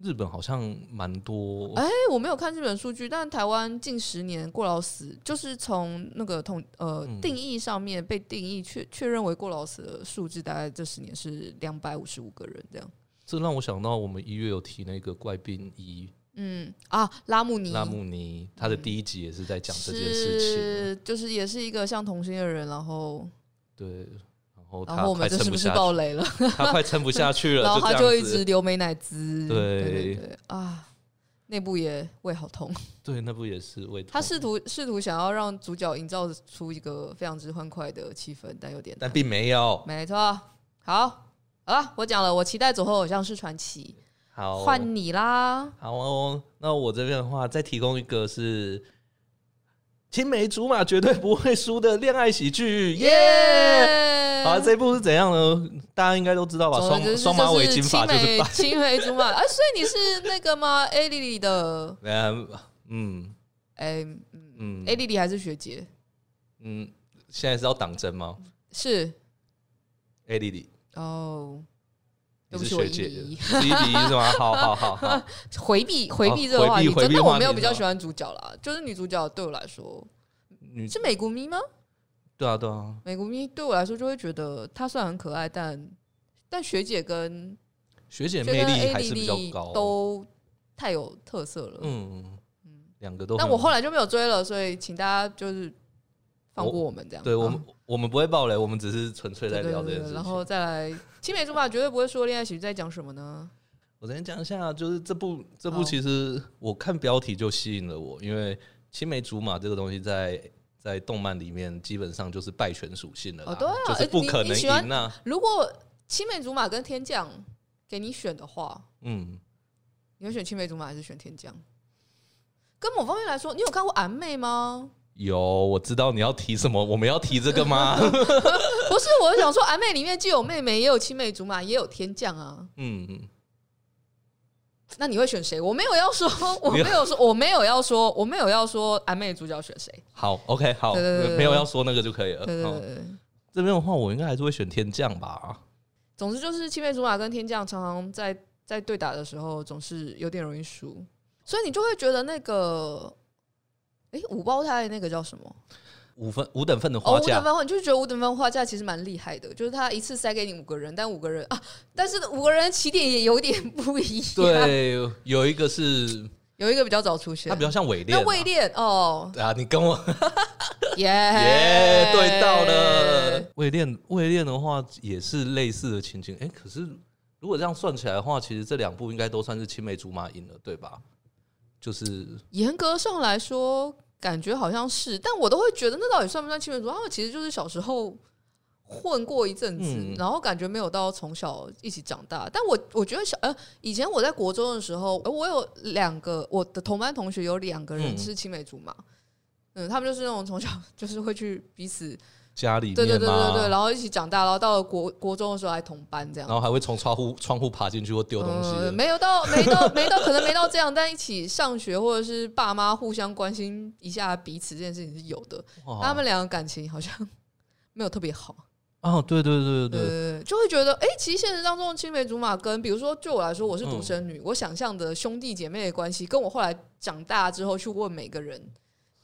日本好像蛮多，
哎，我没有看这本数据，但台湾近十年过劳死，就是从那个统呃
嗯
定义上面被定义确确认为过劳死的数字，大概这十年是两百五十五个人这样。
这让我想到我们一月有提那个怪病医
嗯啊，拉姆尼
拉姆尼，他的第一集也是在讲这件事情，
嗯是就是也是一个像童星的人，然后
对。然后
然后
他
我们
快
这
撑
是
不
不是
下去，
爆雷了？
他快撑不下去 了，
然后他就
这
一
样
直
子。
流眉奶滋，
对
对对啊，内部也胃好痛。
对，那部也是为
他试图试图想要让主角营造出一个非常之欢快的气氛，但有点
但
难
并没有
没错。好啊，我讲了，我期待左后偶像是传奇，
好哦
换你啦。
好哦。那我这边的话，再提供一个是青梅竹马绝对不会输的恋爱喜剧，耶、好，啊这部是怎样呢？大家应该都知道吧？
总而言
双
之
双马尾
就是
金发就
青
是
梅
白，
青梅竹马，啊，所以你是那个吗？艾丽丽的，
嗯嗯
哎，
嗯
艾丽丽还是学姐？
嗯，现在是要党
嗯
争吗？
是
艾莉莉，
哦，对
你
不
是
起，我
学
一
姐，
比
是
一
一比一是吗？好好好好，
回避回避这个
哦回
话题，
避回
真
避
的我
话
没有
题啊
比较
是吧
喜欢主角啦，就是女主角对我来说
女
是美谷咪吗？
对啊对啊，
美谷咪对我来说就会觉得她虽然很可爱，但但学姐跟
学姐
学
魅
姐跟
力
A
还
莉
是比较
莉
高，
都太有特色了。
嗯两个都很。
但我后来就没有追了，所以请大家就是放过我们这样。
对我
啊
们我们不会爆雷，我们只是纯粹
对
在
对
聊
对
这件
对
事
然
情。
后再来青梅竹马绝对不会说恋爱喜剧在讲什么呢？
我先讲一下，就是这部这
好
部其实我看标题就吸引了我，因为青梅竹马这个东西在。在动漫里面，基本上就是败犬属性了啦，
哦对啊
就是不
你
可
你
能
喜欢
赢啊。
如果青梅竹马跟天降给你选的话，
嗯，
你会选青梅竹马还是选天降？跟某方面来说，你有看过《俺妹》吗？
有我知道你要提什么，我们要提这 个吗？
不是，我是想说，《俺妹》里面既有妹妹，也有青梅竹马，也有天降啊。
嗯，嗯
那你会选谁？我没有要说， 我没有说，我没有要说，我没有要说《俺妹》主角选谁。
好，OK，好，
对对对对
没有要说那个就可以了。
对对
呃好
对对对。
这边的话，我应该还是会选天降吧。
总之就是青梅竹马跟天降常常在在对打的时候，总是有点容易输，所以你就会觉得那个，哎、五胞胎那个叫什么？
五分五等份的
哦，
花
五
架
等，分化，你就觉得五等分化价其实蛮厉害的，就是他一次塞给你五个人，但五个人啊，但是五个人起点也有点不一样。，
对，有一个是
有一个比较早出现，
它比较像伪
那
恋、
位
啊。
恋哎哦，
对啊，你跟我
耶
耶对到了。。伪恋伪恋的话也是类似的情景，哎、可是如果这样算起来的话，其实这两部应该都算是青梅竹马赢了，对吧？就是
严格上来说，感觉好像是，但我都会觉得那到底算不算青梅竹马？他们其实就是小时候混过一阵子，
嗯
然后感觉没有到从小一起长大。但我我觉得小呃，以前我在国中的时候，呃我有两个我的同班同学有两个人
嗯
是青梅竹马，嗯，他们就是那种从小就是会去彼此
家里面
对对对
嘛
对对，然后一起长大，然后到了国国中的时候还同班这样
然。后还会从窗户窗户爬进去或丢东西的。
嗯，没有到没 到没到，可能没到这样，但一起上学或者是爸妈互相关心一下彼此这件事情是有的。
哇
他们两个感情好像没有特别好，
哦，对对对对对，
对，就会觉得，哎、其实现实当中的青梅竹马跟，比如说，对我来说，我是独生
嗯
女，我想象的兄弟姐妹的关系，跟我后来长大之后去问每个人，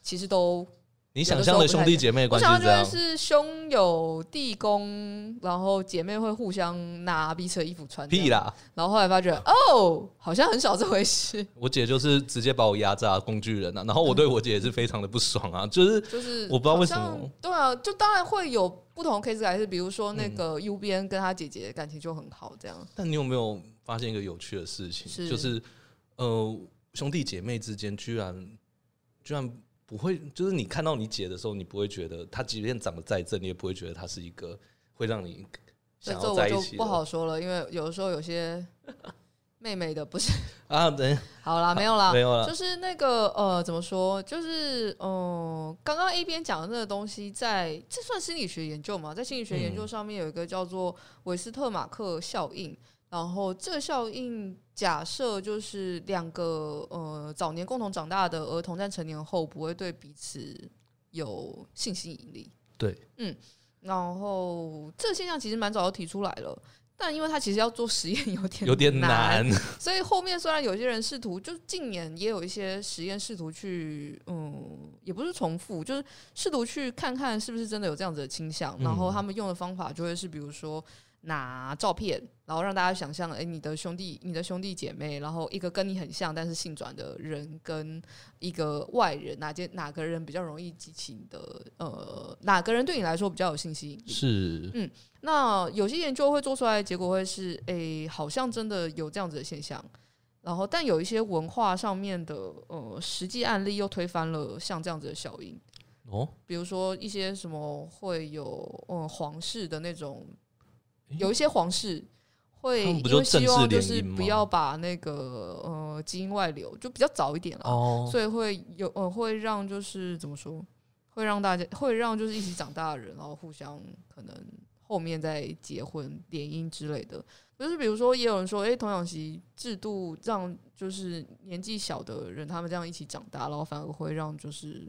其实都，
你想象的兄弟姐妹
我
关系
想
是这
象
样
就，是兄友弟恭，然后姐妹会互相拿彼此的衣服穿，
屁！啦！
然后后来发觉，哦，好像很少这回事，
我姐就是直接把我压榨工具人啊，然后我对我姐也是非常的不 爽啊，就是
就是
我不知道为什么
好像，对啊，就当然会有不同的 case 还是比如说
嗯
那个 U 边跟他姐姐感情就很好，这样，
但你有没有发现一个有趣的事情？
是
就是呃，兄弟姐妹之间居然居然不会，就是你看到你姐的时候，你不会觉得她即便长得再正，你也不会觉得她是一个会让你
这
想
这
要
我
在
就
一起
不
的
好说了，因为有的时候有些妹妹的不是
啊。等一下
好啦，没有啦，
没有啦
就是那个呃，怎么说？就是嗯，刚刚 A 边讲的那个东西在，这算心理学研究嘛？在心理学研究
嗯
上面有一个叫做韦斯特马克效应，然后这个效应假设就是两个呃早年共同长大的儿童在成年后不会对彼此有性吸引力。
对，
嗯，然后这个现象其实蛮早就提出来了。但因为它其实要做实验有点
有点
难
难，
所以后面虽然有些人试图，就近年也有一些实验试图去，嗯，也不是重复，就是试图去看看是不是真的有这样子的倾向。
嗯
然后他们用的方法就会是，比如说拿照片，然后让大家想象，哎、你的兄弟、你的兄弟姐妹，然后一个跟你很像但是性转的人跟一个外人，哪件哪个人比较容易激起你的，呃，哪个人对你来说比较有信息？
是
那有些研究会做出来的结果会是，诶、好像真的有这样子的现象。然后，但有一些文化上面的呃实际案例又推翻了像这样子的效应，
哦，
比如说一些什么会有嗯皇室的那种，
诶
有一些皇室会
他们
因
不
为
就正
希
式
望就
联
是
姻吗
不要把那个呃基因外流，就比较早一点了，
哦，
所以会有呃会让就是怎么说，会让大家会让就是一起长大的人，然后互相可能后面再结婚、联姻之类的。就是比如说，也有人说，诶，童养媳制度让就是年纪小的人他们这样一起长大，然后反而会让就是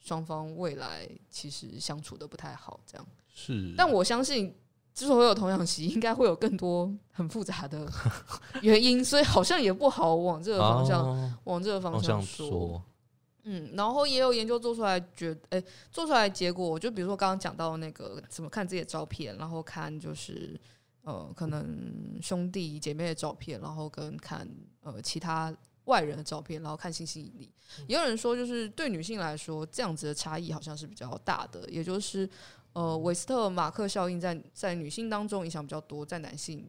双方未来其实相处的不太好这样。
是，
但我相信。之所以有童养媳，应该会有更多很复杂的原因，所以好像也不好往这个方向、
啊
往这个方
方向
向说。
说，
嗯，然后也有研究做出来觉得，哎、做出来结果，就比如说刚刚讲到那个怎么看自己的照片，然后看就是呃，可能兄弟姐妹的照片，然后跟看呃其他外人的照片，然后看性吸引力。也有人说，就是对女性来说，这样子的差异好像是比较大的，也就是呃，韦斯特马克效应在在女性当中影响比较多，在男性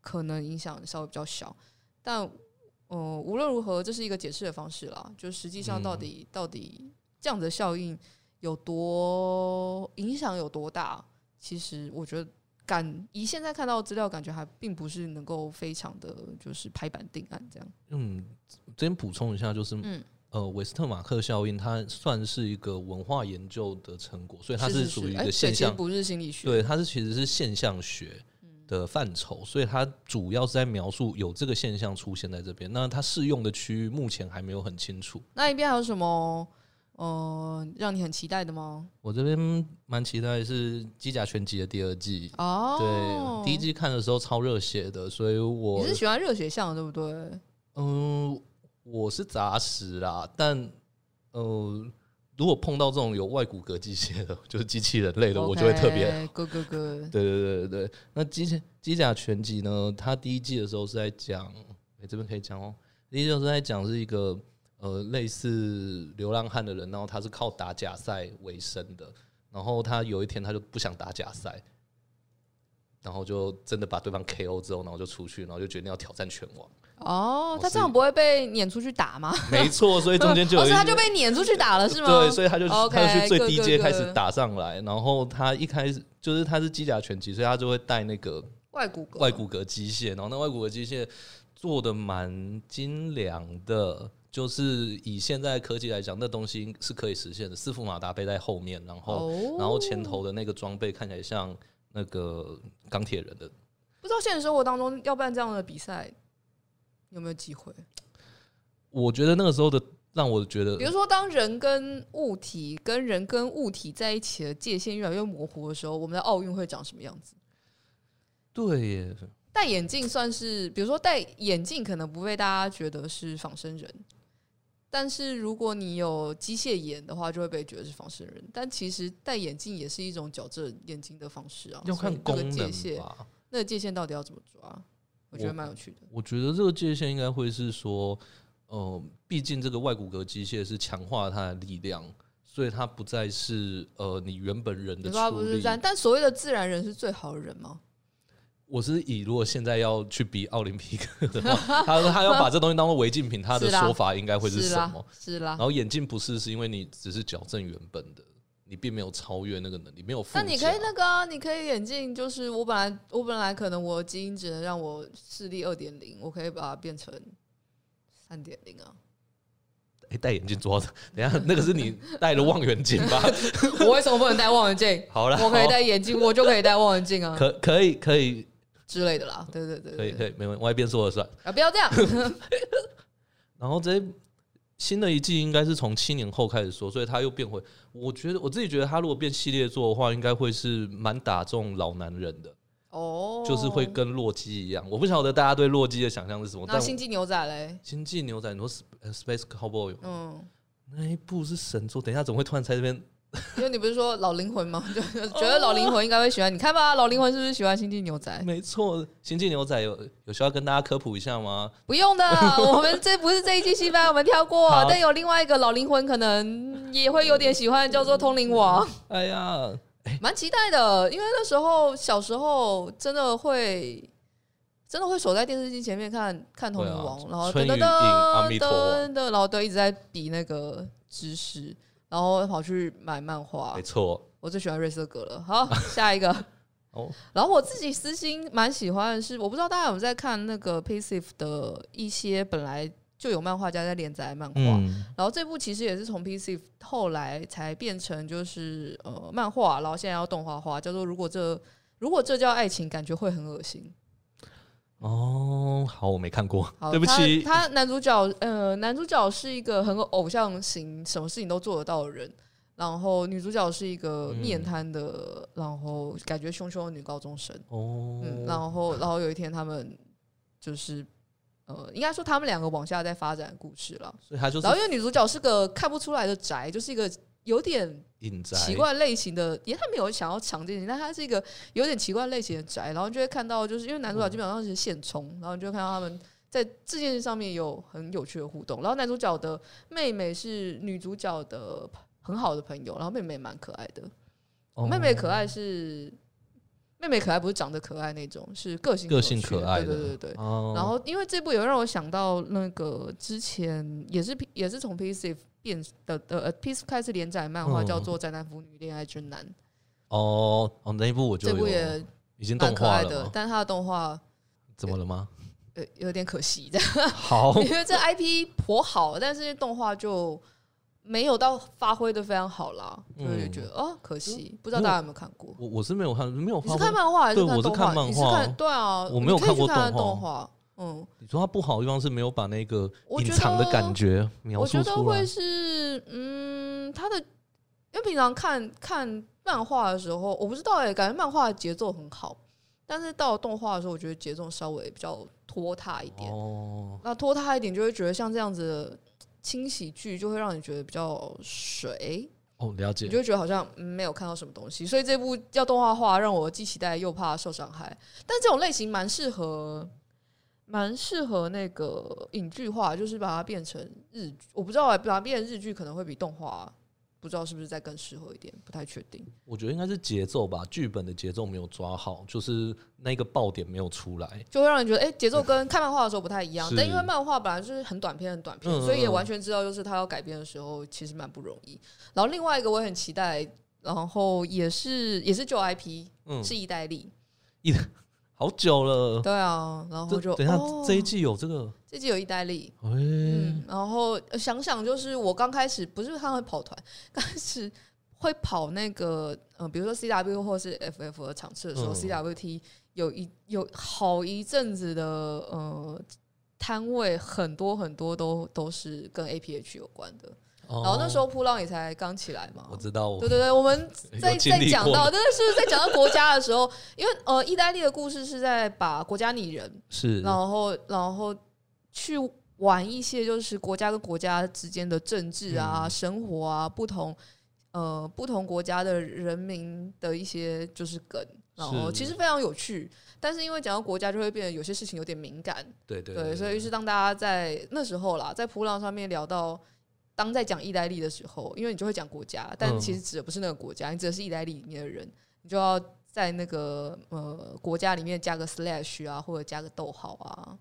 可能影响稍微比较小，但。嗯，无论如何，这是一个解释的方式啦。就实际上，到底、到底这样子的效应有多影响有多大？其实我觉得感以现在看到的资料，感觉还并不是能够非常的就是拍板定案这样。
嗯，这边补充一下，就是
嗯
呃，韦斯特马克效应，它算是一个文化研究的成果，所以它
是
属于一
哎
个
对
现
其实
象，
不是心理学。
对，它是其实是现象学
嗯
的范畴，所以它主要是在描述有这个现象出现在这边。那它适用的区域目前还没有很清楚。
那一边还有什么呃让你很期待的吗？
我这边蛮期待的是《机甲拳击》的第二季，
哦，
对，第一季看的时候超热血的，所以我
你是喜欢热血向的对不对？
嗯，我是杂食啦，但呃，如果碰到这种有外骨骼机械的， 就是机器人类的，我就会特别。
哥哥哥
对对对对对，那机械机甲拳击呢？它第一季的时候是在讲，哎、这边可以讲哦。第一季的时候是在讲是一个呃类似流浪汉的人，然后他是靠打假赛为生的，然后他有一天他就不想打假赛，然后就真的把对方 KO 之后，然后就出去，然后就决定要挑战拳王。
哦，他
是
这样不会被撵出去打吗？
没错，所以中间就
哦
有一
是
些
他就被撵出去打了是吗？
对，所以他就
OK，
他就去最低阶
各各各
开始打上来，然后他一开始就是他是机甲拳击，所以他就会带那个
外骨骼，
外骨骼机械，然后那外骨骼机械做的蛮精良的，就是以现在科技来讲，那东西是可以实现的。四副马达背在后面，然后、
哦
然后前头的那个装备看起来像那个钢铁人的，
不知道现实生活当中要办这样的比赛有没有机会？
我觉得那个时候的让我觉得
比如说，当人跟物体、跟人跟物体在一起的界限越来越模糊的时候，我们的奥运会长什么样子？
对耶，
戴眼镜算是，比如说戴眼镜可能不被大家觉得是仿生人，但是如果你有机械眼的话，就会被觉得是仿生人。但其实戴眼镜也是一种矫正眼睛的方式啊，
要
所
看
以那个
功
界
能
限，
吧。
那个界限到底要怎么抓？我觉得蛮有趣的。
我觉得这个界限应该会是说，呃，毕竟这个外骨骼机械是强化它的力量，所以它不再是呃你原本人
你
的
说他
处
不是
理。
自然，但所谓的自然人是最好的人吗？
我是以如果现在要去比奥林匹克的话，他他要把这东西当做违禁品，他的
是啦
说法应该会是
是
什
啦
么？，
是啦
然。后眼镜不是，是因为你只是矫正原本的，你并没有超越那个能力，没有附加。
那你可以那个、啊，你可以眼镜，就是我本来我本来可能我基因只能让我视力二点零，我可以把它变成三点零啊。
哎、戴眼镜做到这，等一下那个是你戴了望远镜吧？
我为什么不能戴望远镜？
好了，
我可以
好
戴眼镜，我就可以戴望远镜啊
可可以可以
之类的啦。对对对
可以
对，
可以，没问题，外边说了算。
啊不要 这样。
然后这新的一季应该是从七年后开始说，所以他又变回，我觉得我自己觉得他如果变系列作的话，应该会是蛮打中老男人的，
哦，
就是会。跟洛基一样。我不晓得大家对洛基的想象是什么，
那
但
星际牛仔嘞？
星际牛仔，你说 Sp- 呃 Space Cowboy 吗
嗯，
那一部是神作，等一下怎么会突然在这边？
因为你不是说老灵魂 吗？就觉得老灵魂应该会喜欢。你看吧，老灵魂是不是喜欢星际牛仔？
没错，星际牛仔有有需要跟大家科普一下吗？
不用 的，我们这不是这一季戏班，我们跳过
好。
但有另外一个老灵魂，可能也会有点喜欢，叫做通灵王，
哎呀，
蛮期待的。因为那时候小时候真的会，真的会守在电视机前面看看通灵王，
对啊
然后
春
噔噔
雨应阿弥
噔
陀王
噔噔，然后都一直在比那个知识，然后跑去买漫画
没。错
我最喜欢瑞瑟格了。好，下一个。
哦，
然后我自己私心蛮喜欢的是，我不知道大家有没有在看那个 Passive 的一些本来就有漫画家在连载的漫画，
嗯，
然后这部其实也是从 Passive 后来才变成就是呃漫画，然后现在要动画化，叫做如果这如果这叫爱情，感觉会很恶心。
哦，好，我没看过，
好，
对不起，
他他男主角呃，男主角是一个很有偶像型，什么事情都做得到的人。然后女主角是一个
嗯
面瘫的，然后感觉凶凶的女高中生。
哦，
嗯，然后然后有一天他们就是呃，应该说他们两个往下在发展的故事了。
所以他就是
然后因为女主角是个看不出来的宅，就是一个有点
隐宅，
奇怪类型的，也他没有想要强奸你，但他是一个有点奇怪类型的宅。然后就会看到，就是因为男主角基本上是现充，然后你就会看到他们。在这件事上面有很有趣的互动，然后男主角的妹妹是女主角的很好的朋友，然后妹妹也蛮可爱的，
哦
妹妹可爱是妹妹可爱，不是长得可爱那种，是个性
个性
有趣
可爱的，
对对对对。
哦
然后，因为这部有让我想到那个之前也是 P- 也是从 PC 变的的呃 PC 开始连载漫画，
嗯
叫做《宅男腐女恋爱之男》，
哦哦那一部我就
这部
有
也
已经
蛮
动
可
画
爱
了
的
吗，
但是它的动画
怎么 了吗？
呃有点可惜，
好，
因为这 IP 颇好，但是动画就没有到发挥的非常好啦，
嗯
所以就觉得哦可惜，不知道大家有没有看过？
我我是没有看，没有
你
发
是
过
看。漫画还是
对我是
动
看漫
你是
画
看对啊，
我没有
你可以
看
去
过
看它的
动
动
画
画。嗯，
你说它不好的地方是没有把那个
我
隐
觉
藏的
得
感觉描
我
述
觉得
出来
会。是嗯，它的因为平常看看漫画的时候，我不知道哎、感觉漫画的节奏很好，但是到了动画的时候，我觉得节奏稍微比较拖沓一点。
哦，
那拖沓一点，就会觉得像这样子的轻喜剧，就会让你觉得比较水，
哦，了
你
解。
就会觉得好像、嗯没有看到什么东西。所以这部要动画化，让我既期待又怕受伤害。但这种类型蛮适合，蛮适合那个影剧化，就是把它变成日剧。我不知道欸，把它变成日剧可能会比动画不知道是不是再更适合一点，不太确定。
我觉得应该是节奏吧，剧本的节奏没有抓好，就是那个爆点没有出来。
就会让人觉得，哎、节奏跟看漫画的时候不太一样。
是
但因为漫画本来就是很短篇、很短篇，
嗯嗯
所以也完全知道，就是他要改编的时候其实蛮不容易。然后另外一个我也很期待，然后也是也是旧 IP，、
嗯，
是意大利，
好久了。
对啊。然后就
这等一下、
哦
这一季有这个，
这季有意大利，
哎、
嗯，然后呃想想就是我刚开始不是他会跑团，刚开始会跑那个呃，比如说 CW 或是 FF 的场次的时候、
嗯
c w t 有一有好一阵子的呃摊位，很多很多都都是跟 APH 有关的。
哦
然后那时候扑浪也才刚起来嘛，
我知道我
对对对，我们在
有经
在
历
讲
过
到，但是在讲到国家的时候，因为呃，意大利的故事是在把国家拟人
是
然后然后去玩一些就是国家跟国家之间的政治啊、
嗯
生活啊、不同呃不同国家的人民的一些就是梗。然后
是
其实非常有趣，但是因为讲到国家，就会变得有些事情有点敏感，
对对
对，所以于是当大家在那时候啦，在普朗上面聊到，当在讲意大利的时候，因为你就会讲国家，但
嗯
其实指的不是那个国家，你指的是意大利里面的人，你就要在那个呃国家里面加个 slash 啊，或者加个逗号啊，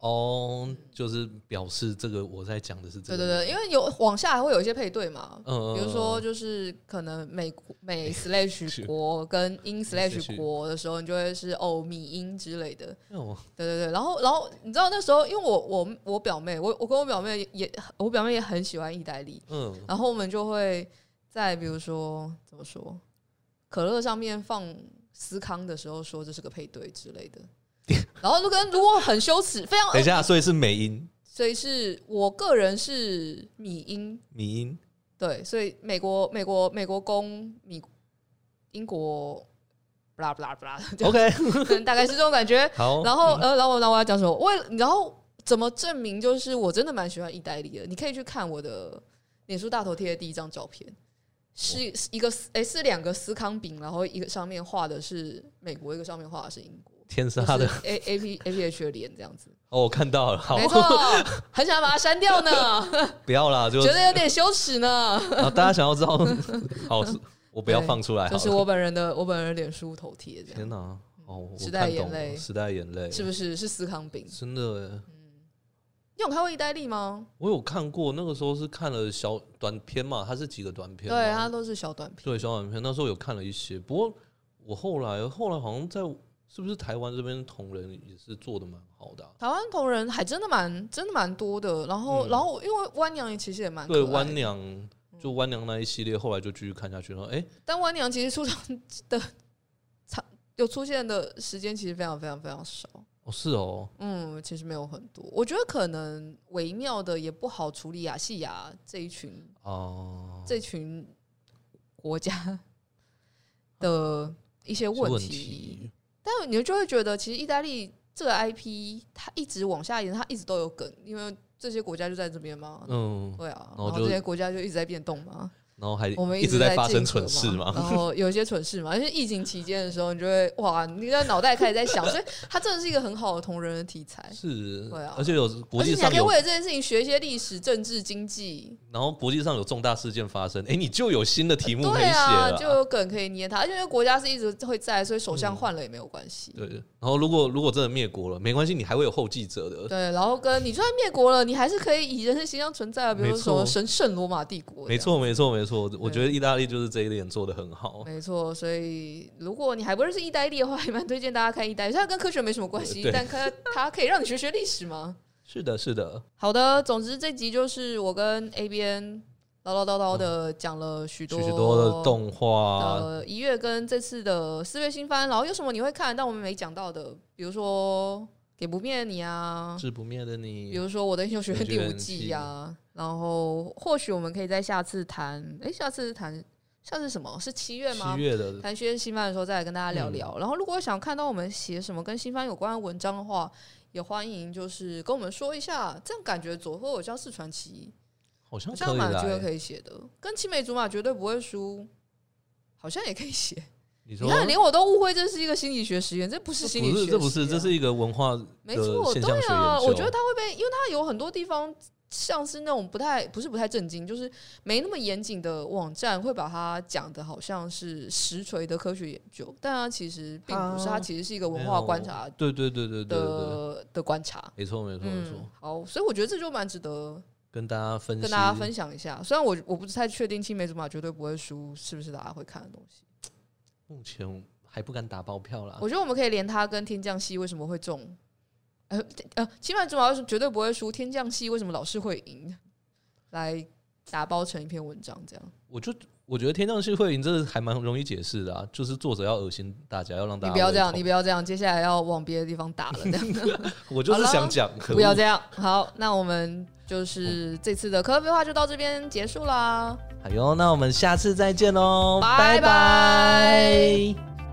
哦，就是表示这个我在讲的是
对
这个，
对对，因为有往下还会有一些配对嘛。
嗯，嗯
比如说，就是可能美国美 slash
是
国跟英 slash
slash
国的时候，你就会是哦米英之类的，
嗯哦
对对对，然后然后你知道那时候，因为我我我表妹，我我跟我表妹也我表妹也很喜欢意大利，
嗯，
然后我们就会在比如说怎么说，可乐上面放司康的时候说这是个配对之类 的，然后就跟如果很羞耻，非常
等一下，所以是美音、
所以是我个人是米英，
米音，
对，所以美国美国美国公米英国。不啦不啦不啦
OK，
大概是这种感觉。
好，
然后呃，然后然后我要讲什么？为了然后怎么证明？就是我真的蛮喜欢意大利的。你可以去看我的脸书大头贴的第一张照片，是是一个哎、是两个司康饼，然后一个上面画的是美国，一个上面画的是英国。
天
就是
他的，
A A P A P H 的脸这样子，
哦，我看到了，好
没，错，很想把它删掉呢，
不要啦，就
觉得有点羞耻呢。
啊，大家想要知 道，好，是我不要放出来好
就
了，
是我本人的我本人的脸书头贴这
天
样，
哪，哦，我
时代
看
眼
懂了
泪
时代眼泪，
是不是是司康饼？
真的耶，
你有看过意大利吗？
我有看过，那个时候是看了小短片嘛，它是几个短片嘛，
对，它都是小短片。
对小短片，那时候有看了一些，不过我后来后来好像在是不是台湾这边同人也是做的蛮好的啊、
台湾同人还真的蛮真的蛮多的，然后、
嗯
然后因为弯娘也其实也蛮
对
可爱的嗯
弯，娘。就弯娘那一系列，后来就继续看下去，然后哎、
但弯娘其实出场的 场有出现的时间其实非常非常非常少，
哦是哦，
嗯，其实没有很多。我觉得可能微妙的也不好处理亚细亚这一群
哦、
这群国家的一些
是
问
问
题，但你就会觉得其实意大利这个 IP 它一直往下延，它一直都有梗，因为这些国家就在这边嘛，
嗯，
对啊，然
然后
后
就
这些国家就一直在变动嘛，
然后还
我们
一
直
直在发
进
生
步
蠢事
嘛，然
嘛，
后有一些蠢事嘛，而且疫情期间的时候，你就会哇，你的脑袋开始在想，所以它真的是一个很好的同人的题材，
是
对啊，
而且有国
而且你
际
还
上
可以
有
为，了这件事情学一些历史、政治、经济，
然后国际上有重大事件发生，哎、你就有新的题目可以
对
写
啊，
了啊、
就有梗可以捏它，而且因为国家是一直会在，所以首相
嗯
换了也没有关系。
对，然后如果如果真的灭国了，没关系，你还会有后继者的。
对，然后跟你就算灭国了，你还是可以以人的形象存在啊，比如
没
说什么
错
神圣罗马帝国，
没错，没错，没错。我觉得意大利就是这一点做的很好。
没错，所以如果你还不认识意大利的话，也蛮推荐大家看意大利。虽然跟科学没什么关系
对，
但它它可以让你学学历史嘛。
是的，是的，
好的，总之这集就是我跟 A B N 唠唠叨叨的讲了许
许
多
许多的动画，
呃一月跟这次的四月新番，然后有什么你会看但我们没讲到的，比如说给不灭你啊，
治不灭的
比
你，
如说我的英雄学院
英雄
第
学院
五季啊，然后或许我们可以在下次谈，诶，下次谈下次什么是七月吗
七？月的
谈学院新番的时候再来跟大家聊
嗯
聊。然后，如果想看到我们写什么跟新番有关的文章的话，也欢迎就是跟我们说一下。这样感觉佐贺有像是传奇，
好像
好
可
像
以
蛮有机会
来。
可以写的，跟青梅竹马绝对不会输，好像也可以写。
你说
你看，连我都误会这是一个心理学实验，这不是
这
心
不
理学
是，这不是，
实验啊
这是一个文化的
没错，
现
对
象学
啊，
研
我觉
究
得。它会被，因为它有很多地方像是那种不太不是不太正经，就是没那么严谨的网站会把它讲的好像是实锤的科学研究，但它其实并不是，
啊
它其实是一个文化观察
对对对对对对，
的的观察。
没错没错没错
嗯，，好，所以我觉得这就蛮值得
跟大家分析
跟大家分享一下。虽然我我不太确定青梅竹马绝对不会输，是不是大家会看的东西？
目前还不敢打包票啦。
我觉得我们可以连它跟天降系为什么会中，呃呃，青梅竹马是绝对不会输，天降系为什么老是会赢，来打包成一篇文章这样。
我就我觉得天降系会赢，这还蛮容易解释的啊，就是作者要恶心大家，要让大
你
家
不要这样，
胃
你
痛
不要这样，接下来要往别的地方打了，这样
我就是想讲，可恶
不要这样。好，那我们就是这次的科学话就到这边结束啦。
好哟，那我们下次再见喽，
拜拜
拜拜